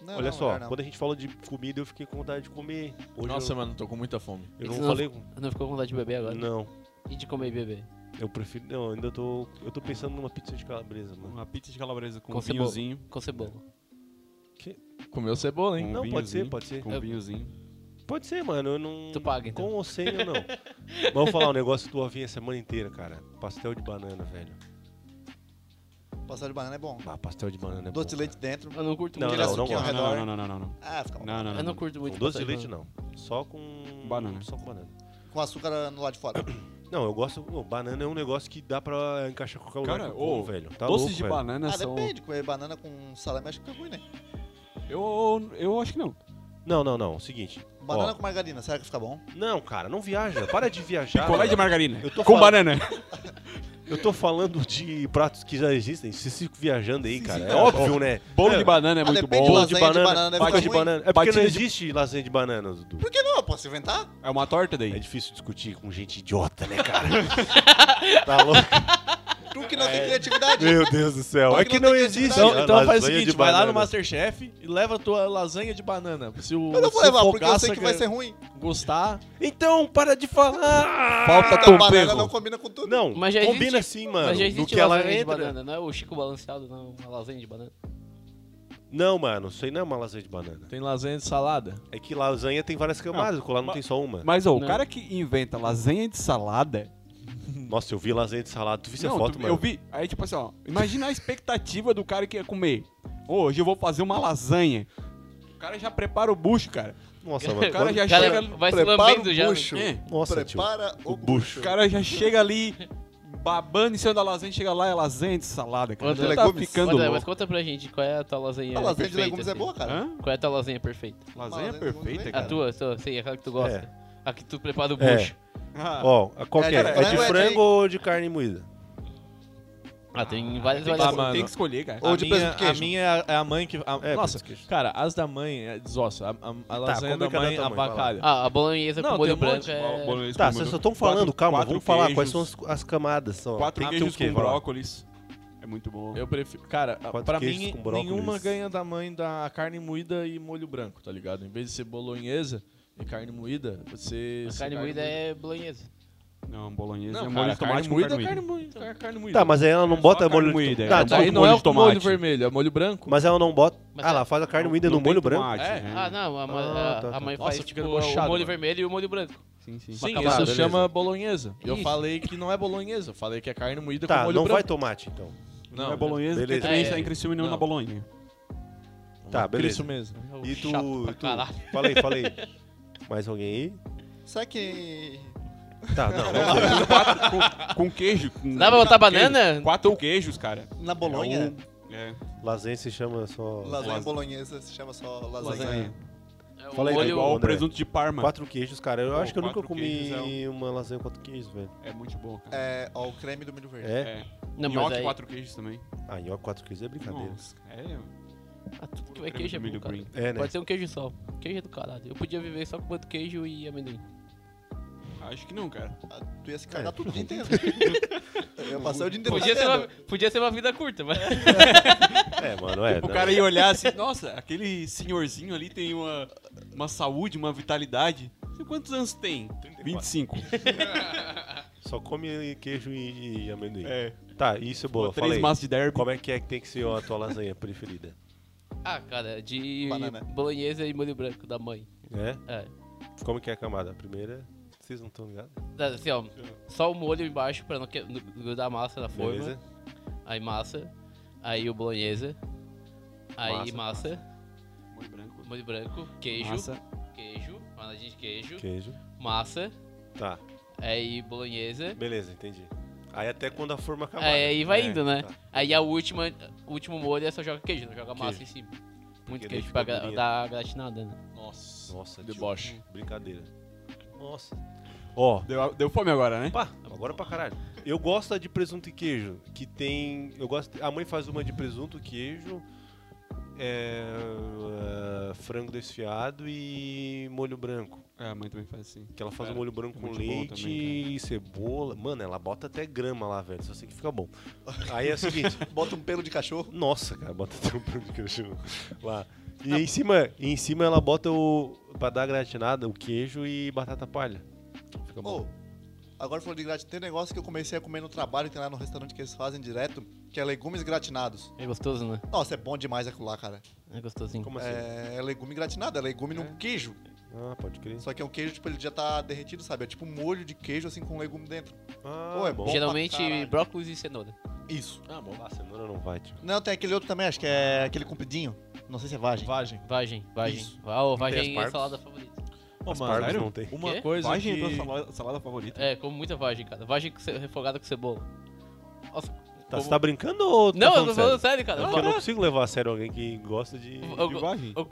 G: Não,
C: Olha
G: não,
C: só,
G: melhor não.
C: quando a gente falou de comida, eu fiquei com vontade de comer. Hoje
B: Nossa,
C: eu,
B: mano, tô com muita fome.
C: eu
E: Isso
C: não
E: não-
C: falei.
E: Não ficou com vontade de beber agora?
C: Não,
E: E de comer e beber?
C: eu prefiro. Não, ainda tô. Eu tô pensando numa pizza de calabresa, mano.
D: É. Uma pizza de calabresa com,
E: Com
D: um
E: cebola.
D: vinhozinho.
E: Com cebola.
B: Comeu cebola, hein?
D: Um
C: não, pode ser,
D: vinhozinho.
C: pode ser.
D: Com
E: Eu-
D: vinhozinho.
C: Pode ser, mano. Eu não.
E: Tu paga, então.
C: Com ou sem, eu não. Mas eu vou falar um negócio do ovinho a semana inteira, cara. Pastel de banana, velho.
G: Pastel de banana é bom.
C: Ah, pastel de banana é
G: Doce de
C: bom,
G: leite dentro.
E: Eu não curto
C: Não,
E: muito.
G: aquele
C: não, não
G: açuquinho ao
C: gosto.
G: redor.
D: Não, não, não, não, não.
G: Ah, fica bom.
D: Não, não,
E: Eu não
D: não.
E: curto
C: cara.
E: muito.
C: Com doce de
E: pastel
C: leite, não. Só com.
D: Banana.
C: Só com banana.
G: Com açúcar no lado de fora.
C: Não, eu gosto. Ô, banana é um negócio que dá pra encaixar com qualquer
D: Cara,
C: lugar. que eu como,
D: ô,
C: velho. Tá
D: Doces
C: louco,
D: de
C: velho.
D: banana
G: Ah,
D: são.
G: depende, comer banana com salame acho que fica ruim, né?
D: Eu, eu acho que não.
C: Não, não, não. Seguinte.
G: Banana
C: ó.
G: com margarina, será que fica bom?
C: Não, cara, não viaja. Para de viajar.
D: Picolé Tipo, de
C: velho.
D: margarina.
C: Eu tô
D: Com
C: falando-
D: banana.
C: Eu tô falando de pratos que já existem. Vocês ficam viajando aí, cara. É
D: não.
C: óbvio, né?
D: Bolo
C: É.
D: de banana é
G: Ah,
D: muito
G: depende
D: bom.
G: do
C: Bolo
G: lasanha
C: de
G: de
C: banana,
G: banana deve
C: bate
G: ficar
C: de
G: ruim.
C: banana. É porque não
D: Batida de-
C: existe lasanha de banana, Dudu.
G: Por que não? Eu posso inventar?
D: É uma torta
C: É
D: daí.
C: difícil discutir com gente idiota, né, cara? tá louco?
G: Tu que não tem criatividade.
C: Meu Deus do céu.
G: Só
C: É
G: que
C: que
G: não
C: não
G: tem
C: existe.
G: criatividade.
B: Então, então
C: lasanha
B: faz o
C: de
B: seguinte, vai lá
C: banana.
B: no Masterchef e leva a tua lasanha de banana. Se o,
G: Eu não vou
B: se
G: levar,
B: o
G: porque eu sei
B: Fogaça
G: que vai
B: quer
G: ser ruim.
B: gostar,
C: Então, para de falar.
D: Falta
G: Porque a banana
D: tompeco.
G: não combina com tudo.
C: Não,
E: Mas já existe-
C: combina sim, mano.
E: Mas já
C: no
E: existe
C: que ela
E: lasanha de
C: entra.
E: banana, não é o Chico balanceado, não. Uma lasanha de banana.
C: Não, mano, isso aí não é uma lasanha de banana.
B: tem lasanha de salada.
C: É que é lasanha tem várias camadas, colar não tem só uma.
D: Mas ó, o
E: Não.
D: cara que inventa lasanha de salada.
C: Nossa, eu vi lasanha de salada. Tu viste a
D: Não,
C: é foto,
D: tu-
C: mano?
D: eu vi. Aí, tipo assim, ó. Imagina a expectativa do cara que ia comer. Ô, Hoje eu vou fazer uma lasanha. O cara já prepara o bucho, cara.
C: Nossa, mano.
E: O
D: cara
C: quando- um
D: já-
E: O cara
D: chega-
E: vai se
G: Prepara
E: lambendo
G: o
E: já. né?
G: bucho.
D: É.
C: Nossa,
G: Prepara
C: tio.
G: o bucho.
D: O cara já chega ali babando em cima da lasanha, chega lá é lasanha de salada, cara.
E: Quanto
D: Já tá
G: legumes?
D: ficando
E: André,
D: louco.
E: mas conta pra gente qual é a tua lasanha
G: A lasanha de
E: perfeita,
G: legumes é
E: assim.
G: boa, cara.
D: Hã?
E: Qual é a tua lasanha perfeita?
D: Lasanha
G: Lasanha
D: perfeita,
G: é
E: A
D: cara.
E: tua, a tua, sei, aquela que tu gosta. A que tu prepara o
C: É.
E: bucho.
D: Ah,
C: Ó, a qualquer.
G: É de
C: É de
D: tipo assim,
G: frango, é de-
C: frango ou de carne moída?
E: Ah, tem várias
D: tem, que,
E: variações.
B: mano.
D: tem que escolher, cara.
G: Ou
B: a
G: de
B: minha,
G: presunto e queijo.
B: A minha é a- é a mãe que... a-
C: É,
B: nossa,
C: presunto e queijo.
B: cara, as da mãe, é desossa. A, a, a lasanha
C: como é
B: da
C: que é da
B: mãe,
C: tua
B: a
C: mãe? Vai lá.
B: bacalha.
E: Ah, a bolonhesa
B: Não,
E: com
B: tem
E: molho
B: um monte
E: branco
B: de
E: é...
D: Bolonhesa
C: Tá,
D: com
C: vocês
D: molho-
C: só estão falando,
D: quatro-
C: calma,
D: quatro
C: vamos falar
D: queijos,
C: quais são as, as camadas. Só.
D: Quatro
C: Ah,
D: queijos
C: tu quer,
D: com
C: vai lá.
D: brócolis. É muito bom.
B: Eu prefiro... Cara, a-
C: Quatro
B: pra
C: queijos
B: mim,
C: com brócolis.
B: nenhuma ganha da mãe da carne moída e molho branco, tá ligado? Em vez de ser bolonhesa e carne moída, você...
E: A
B: você
E: carne moída é bolonhesa.
D: Não, bolonhesa
B: Não,
D: é molho
B: cara,
D: de tomate
B: carne
D: com
B: moída
D: carne
B: é carne
D: moída.
B: moída. é carne moída.
C: Tá, mas aí ela não
D: É só
C: bota
D: a carne
C: molho
D: moída,
C: Tá,
D: é.
C: desculpa.
G: um
B: Daí não é
D: molho
B: o
D: de tomate.
B: molho vermelho, é molho branco.
C: Mas ela não bota.
E: Mas
C: Ah, ela
E: ela-
C: faz a carne moída
D: Não
C: no
D: tem
C: molho branco.
D: tomate,
B: É.
D: né?
E: Ah, não, a, mãe-
C: Ah,
E: a-
C: tá,
E: a mãe
B: tá.
E: faz
B: Nossa,
E: tipo,
B: fica debochado,
E: o molho
B: mano.
E: vermelho e o molho branco.
D: Sim, sim.
B: Sim,
E: Bacalhau,
B: isso
C: beleza.
B: chama bolonhesa. Eu
E: Ixi.
B: falei que não é bolonhesa, eu falei que é carne moída com
C: Tá, não
B: molho
C: vai
B: branco.
C: tomate, então.
D: Não é bolonhesa, porque
C: Beleza.
D: também
E: É,
D: está em Criciúma e não
B: não.
D: na Bolonha.
C: Tá, beleza.
B: Isso mesmo.
E: É o
C: E tu.
E: chato pra
C: tu...
E: caralho.
C: Falei, falei. Mais alguém aí?
G: Será que
C: Tá, não.
D: Com, com queijo. Com,
E: Dá pra botar
D: com queijo.
E: banana?
D: Quatro queijos, cara.
G: Na Bolonha?
D: É,
C: Lasanha se chama só.
G: Lasanha bolonhesa se chama só lasanha.
E: É,
C: Fala aí,
D: é
E: o molho,
C: Rodrigo.
D: igual
C: Olho-
D: o presunto de parma.
C: Quatro queijos, cara. Eu
D: Pô,
C: acho que eu nunca
D: quatro
C: comi
D: queijos um
C: uma lasanha com quatro queijos, velho.
D: É muito bom, cara.
G: É, ó, o creme do milho verde.
C: É?
D: É.
E: Não, mas
D: Nhoque,
E: aí-
D: quatro queijos também.
C: Ah, nhoque quatro queijos é brincadeira.
D: Nossa, é,
E: Ah, tudo que
D: puro
E: vai
D: creme
E: queijo é
D: de milho
E: bom, cara.
D: green.
C: É, né?
E: Pode ser um queijo só. Queijo é do caralho. Eu podia viver só com queijo e amendoim.
D: Acho que não, cara.
G: Ah, Tu ia se
C: É.
G: cagar todo o dia inteiro. Eu ia passar o dia inteiro
E: Podia ser,
G: cagando.
E: uma, podia ser uma vida curta, mas.
C: É, mano, é.
D: O
C: não.
D: cara ia olhar assim, nossa, aquele senhorzinho ali tem uma, uma saúde, uma vitalidade. Você quantos anos tem? 25.
C: Só come queijo e, e amendoim.
D: É.
C: Tá, e cebola?
D: Três
C: Fala aí.
D: massas de derby.
C: Como é que é que tem que ser a tua lasanha preferida?
E: Ah, cara, de
G: Banana.
E: bolonhesa e molho branco da mãe.
C: É?
E: É.
C: Como que é a camada? A primeira, vocês não estão ligados?
E: Tá, Assim, ó, só o molho embaixo pra não, que- não grudar a massa na forma.
C: Beleza?
E: Aí massa. Aí o bolonhesa. Aí massa,
D: Molho branco.
E: molho branco, queijo,
D: Massa.
E: queijo, manadinha de queijo,
C: Queijo.
E: massa,
C: Tá,
E: aí bolonhesa.
C: beleza, entendi. Aí até quando a forma acabar.
E: Aí, aí vai
C: Então É,
E: indo, né?
C: tá.
E: Aí a última, o último molho é só joga queijo, não joga massa
C: Queijo.
E: em cima.
C: Porque
E: Muito
C: daí
E: queijo
C: fica
E: pra gra-
C: bonito.
E: dar gratinada, né?
B: Nossa.
C: Nossa,
B: Deboche.
C: tio, Brincadeira. Nossa. Ó,
D: Deu, deu fome agora, né?
C: Pá, agora pra caralho. Eu gosto de presunto e queijo, que tem. Eu gosto. A mãe faz uma de presunto, queijo, é, é, frango desfiado e molho branco.
D: É, a mãe também faz assim.
C: Que ela faz
D: Cara,
C: o molho branco
D: é
C: com
D: muito bom
C: leite,
D: também,
C: cebola. Mano, ela bota até grama lá, velho. Só sei que fica bom. Aí é o seguinte.
G: Bota um pelo de cachorro.
C: Nossa, cara, bota até um frango de queijo lá. E em cima, e em cima ela bota o. Pra dar a gratinada, o queijo e batata palha.
D: Tá
C: Fica bom.
G: Ô, agora falando de gratinado, tem um negócio que eu comecei a comer no trabalho, tem lá no restaurante que eles fazem direto, que é legumes gratinados.
E: É gostoso, né?
G: Nossa, é bom demais aquilo lá, cara.
E: É gostosinho.
C: Como assim?
G: É, é legume gratinado, é legume num queijo.
C: Ah, pode crer.
G: Só que é um queijo, tipo, ele já tá derretido, sabe? É tipo um molho de queijo, assim, com legume dentro.
C: Ah,
G: Pô, é bom pra
E: Geralmente
G: caralho.
E: brócolis e cenoura.
G: Isso.
C: Ah, bom. A cenoura não vai, tio.
G: Não, tem aquele outro também, acho que é aquele compridinho. Não sei se é vagem.
B: Vagem.
E: Vagem, vagem.
G: Isso.
E: Ah, ô,
C: as
E: vagem é a
C: partes?
E: salada favorita.
B: Ô, mano,
C: Pardos
D: sério?
C: não tem.
B: uma
E: Quê?
B: coisa
D: Vagem é
B: que...
D: tua salada, salada favorita.
E: É, como muita vagem, cara. Vagem com ce- refogada com cebola. Nossa,
C: Tá,
E: como-
C: você tá brincando ou tu
E: Não,
C: tá
E: eu tô falando sério, cara.
C: É porque eu não consigo levar a sério alguém que gosta de...
E: Eu-
D: De
E: eu-
D: vagem.
E: eu-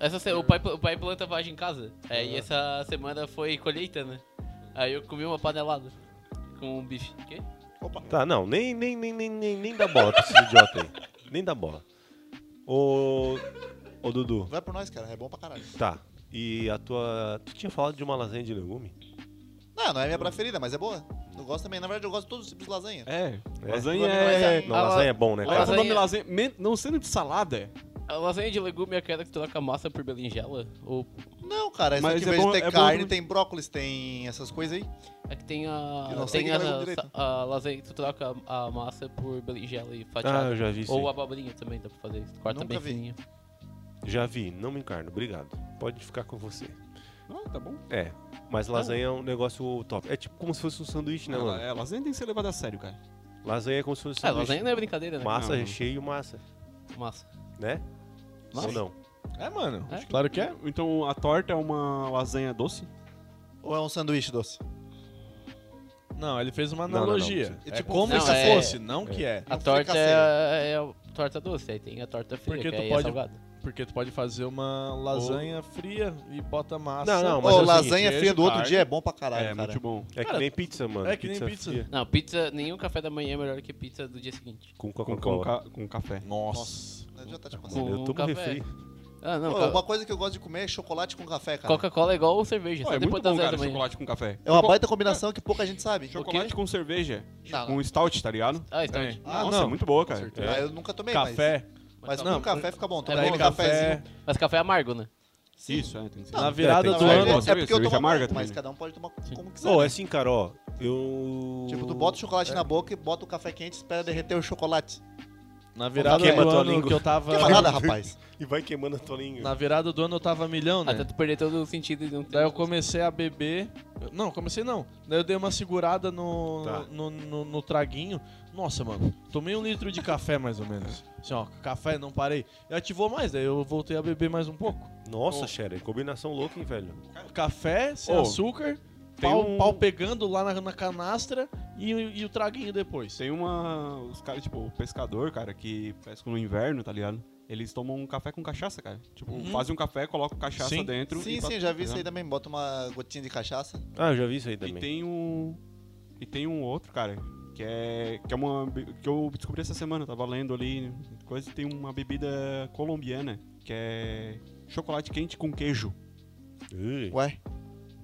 E: essa se- o, pai, o pai planta vagem em casa. É, e essa semana foi colheita, né? Aí eu comi uma panelada com um bife. O quê?
C: Tá, não, nem, nem, nem, nem, nem, nem dá bola pra esse idiota aí. Nem dá bola. Ô, ô Dudu,
G: Vai por nós, cara, é bom pra caralho.
C: tá. E a tua... Tu tinha falado de uma lasanha de legume?
G: Não, não é minha preferida, mas é boa. Eu gosto também. Na verdade, eu gosto de todos os tipos de lasanha.
D: É,
C: É.
D: lasanha
E: Lasanha.
D: é...
C: Não,
E: Ah,
C: lasanha é bom, né,
D: Olha o
C: cara?
E: lasanha-
D: nome lasanha, men- não sendo de salada, é.
E: A lasanha de legume é aquela que tu troca massa por berinjela? Ou
G: Não, cara, isso
D: Mas
G: aqui, em
D: é
G: vez de
D: bom-
G: ter
D: é bom
G: carne,
D: também.
G: tem brócolis, tem essas coisas aí.
E: é que tem a.
G: Eu não sei
E: Tem
G: que
E: a,
G: legume direito.
E: a lasanha que tu troca a massa por berinjela e
C: Ah,
E: fatiada.
C: eu já vi isso
E: Ou
C: aí.
E: abobrinha também dá pra fazer isso. Corta
G: Nunca
E: bem
G: vi.
E: fininho.
C: Já vi, não me encarno, obrigado. Pode ficar com você.
D: Ah, tá bom.
C: É, mas lasanha é um negócio top. É tipo como se fosse um sanduíche, né,
D: Ah,
C: mano?
D: é, lasanha tem que ser levada a sério, cara.
C: Lasanha é como se fosse um
E: Ah,
C: sanduíche.
E: lasanha não é brincadeira, né?
C: Massa,
D: Não.
C: recheio, massa,
E: Massa.
C: né?
E: Massa.
C: Ou não?
B: É, mano.
E: É?
B: Claro que é.
D: Então a torta é uma lasanha doce?
G: Ou é um sanduíche doce?
B: Não, ele fez uma
C: Não, um não, não,
B: analogia.
G: você-
B: É
G: tipo,
B: como
E: não,
B: se
E: é-
B: fosse, não que é.
E: A
G: Não
E: torta
G: fica
E: é, é a torta doce, aí tem a torta fria,
B: Porque
E: que
B: tu
E: aí
B: pode-
E: é salgada.
B: Porque tu pode fazer uma lasanha fria e bota massa.
C: Não, não,
G: Ou
C: mas é o
G: lasanha
B: seguinte,
G: fria do outro
B: carne-
G: dia assim, é bom pra caralho,
D: é,
G: cara.
D: muito bom.
C: É
B: Cara,
C: que nem pizza, mano.
B: é que nem pizza.
C: fria
E: Não, pizza, nenhum café da manhã é melhor que pizza do dia seguinte.
C: Com
D: Com,
C: Coca-Cola.
D: com, ca- com café.
B: Nossa.
G: Já tá te passando.
C: Mano, eu
E: com
C: tomo
E: café.
C: refri.
E: Ah, não,
G: Pô,
E: ca-
G: uma coisa que eu gosto de comer é chocolate com café, cara.
E: Coca-Cola é igual cerveja,
D: Pô,
E: só
D: é
E: depois
D: muito
E: das
D: bom,
E: 10 da
D: cara,
E: manhã.
D: chocolate com café.
G: É uma baita combinação que pouca gente sabe.
D: Chocolate com cerveja.
E: Não,
D: Com stout, tá ligado?
E: Ah, então,
B: É.
G: Ah,
D: Nossa,
B: não.
D: é muito boa, cara.
B: É.
G: Ah, eu nunca tomei,
B: Café.
G: mas, mas
B: Não,
G: com café fica bom. Tomar
B: Daí
G: um
B: café.
G: cafezinho.
E: mas café é amargo, né?
D: Isso, é, tem que ser.
B: Na virada
C: É, tem
B: do
G: Não, é-
B: ano.
G: é,
D: Cerveja,
G: porque eu tomo
D: cerveja amarga
G: pouco, mas
D: também.
G: cada um pode tomar como quiser.
C: Ô, é
G: né?
C: assim, cara, ó. Eu.
G: Tipo, tu bota o chocolate na boca e bota o café quente espera derreter o chocolate.
B: Na virada
C: Queima
B: do
C: tua
B: ano
C: língua.
B: que eu tava.
G: Que nada, rapaz.
C: E vai queimando a tua língua.
B: Na virada do ano eu tava milhão, né?
E: Até tu perder todo o sentido de não ter.
B: Daí eu comecei a beber. Não, comecei não. Daí eu dei uma segurada no,
C: Tá.
B: no, no- no traguinho. Nossa, mano, tomei um litro de café mais ou menos. Assim, ó, café, não parei. E ativou mais, daí eu voltei a beber mais um pouco.
C: é Nossa, Sharon, combinação louca, hein, velho.
B: Café, sem
D: Ô.
B: açúcar,
D: Tem
B: pau,
D: um-
B: pau pegando lá na, na canastra e, o- e o traguinho depois.
D: Tem uma. Os caras, tipo, o pescador, cara, que pesca no inverno, tá ligado? Eles tomam um café com cachaça, cara. Tipo, fazem um café, colocam cachaça
B: Sim.
D: dentro.
G: Uhum. Sim,
D: e bota-
G: sim, já vi isso aí
D: tá
G: também. Bota uma gotinha de cachaça.
C: Ah, eu já vi isso aí
D: ligado? E
C: também.
D: tem um. E tem um outro, cara, que é. Que é uma. be- Que eu descobri essa semana, tava lendo ali. Coisa, tem uma bebida colombiana, que é. Chocolate quente com queijo.
C: Ui.
G: Ué,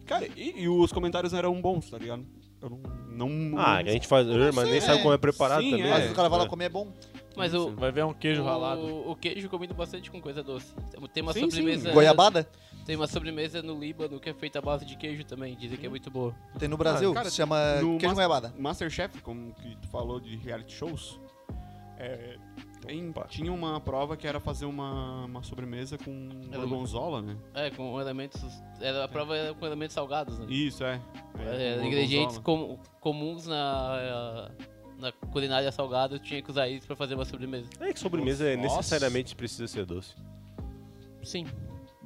D: Cara, e, e os comentários eram bons, tá ligado? Eu não. não, não
C: Ah, a gente faz. mas nem
G: sei,
C: sabe
G: é.
C: como é preparado
D: Sim,
C: também.
D: é.
G: mas
C: né?
G: o cara vai lá
C: É.
G: comer é bom.
E: Mas o,
F: Vai ver um queijo ralado.
E: o, o queijo combina bastante com coisa doce. Tem uma
D: Sim, sim.
E: sobremesa.
G: Goiabada?
E: Tem uma sobremesa no Líbano que é feita à base de queijo também. Dizem que é muito boa.
G: Tem no Brasil,
D: cara,
G: se chama
D: no
G: queijo
D: Mas-
G: goiabada.
D: Masterchef, como que tu falou de reality shows, é, tem- tinha uma prova que era fazer uma, uma sobremesa com
E: Era
D: gorgonzola, né?
E: É, com elementos. Era a prova era com elementos salgados, né?
D: Isso, é.
E: É,
D: com
E: ingredientes
D: gorgonzola. É,
E: com- comuns na, eh, na culinária salgada, eu tinha que usar isso pra fazer uma sobremesa.
C: É que sobremesa é
B: Nossa.
C: necessariamente precisa ser doce.
E: Sim.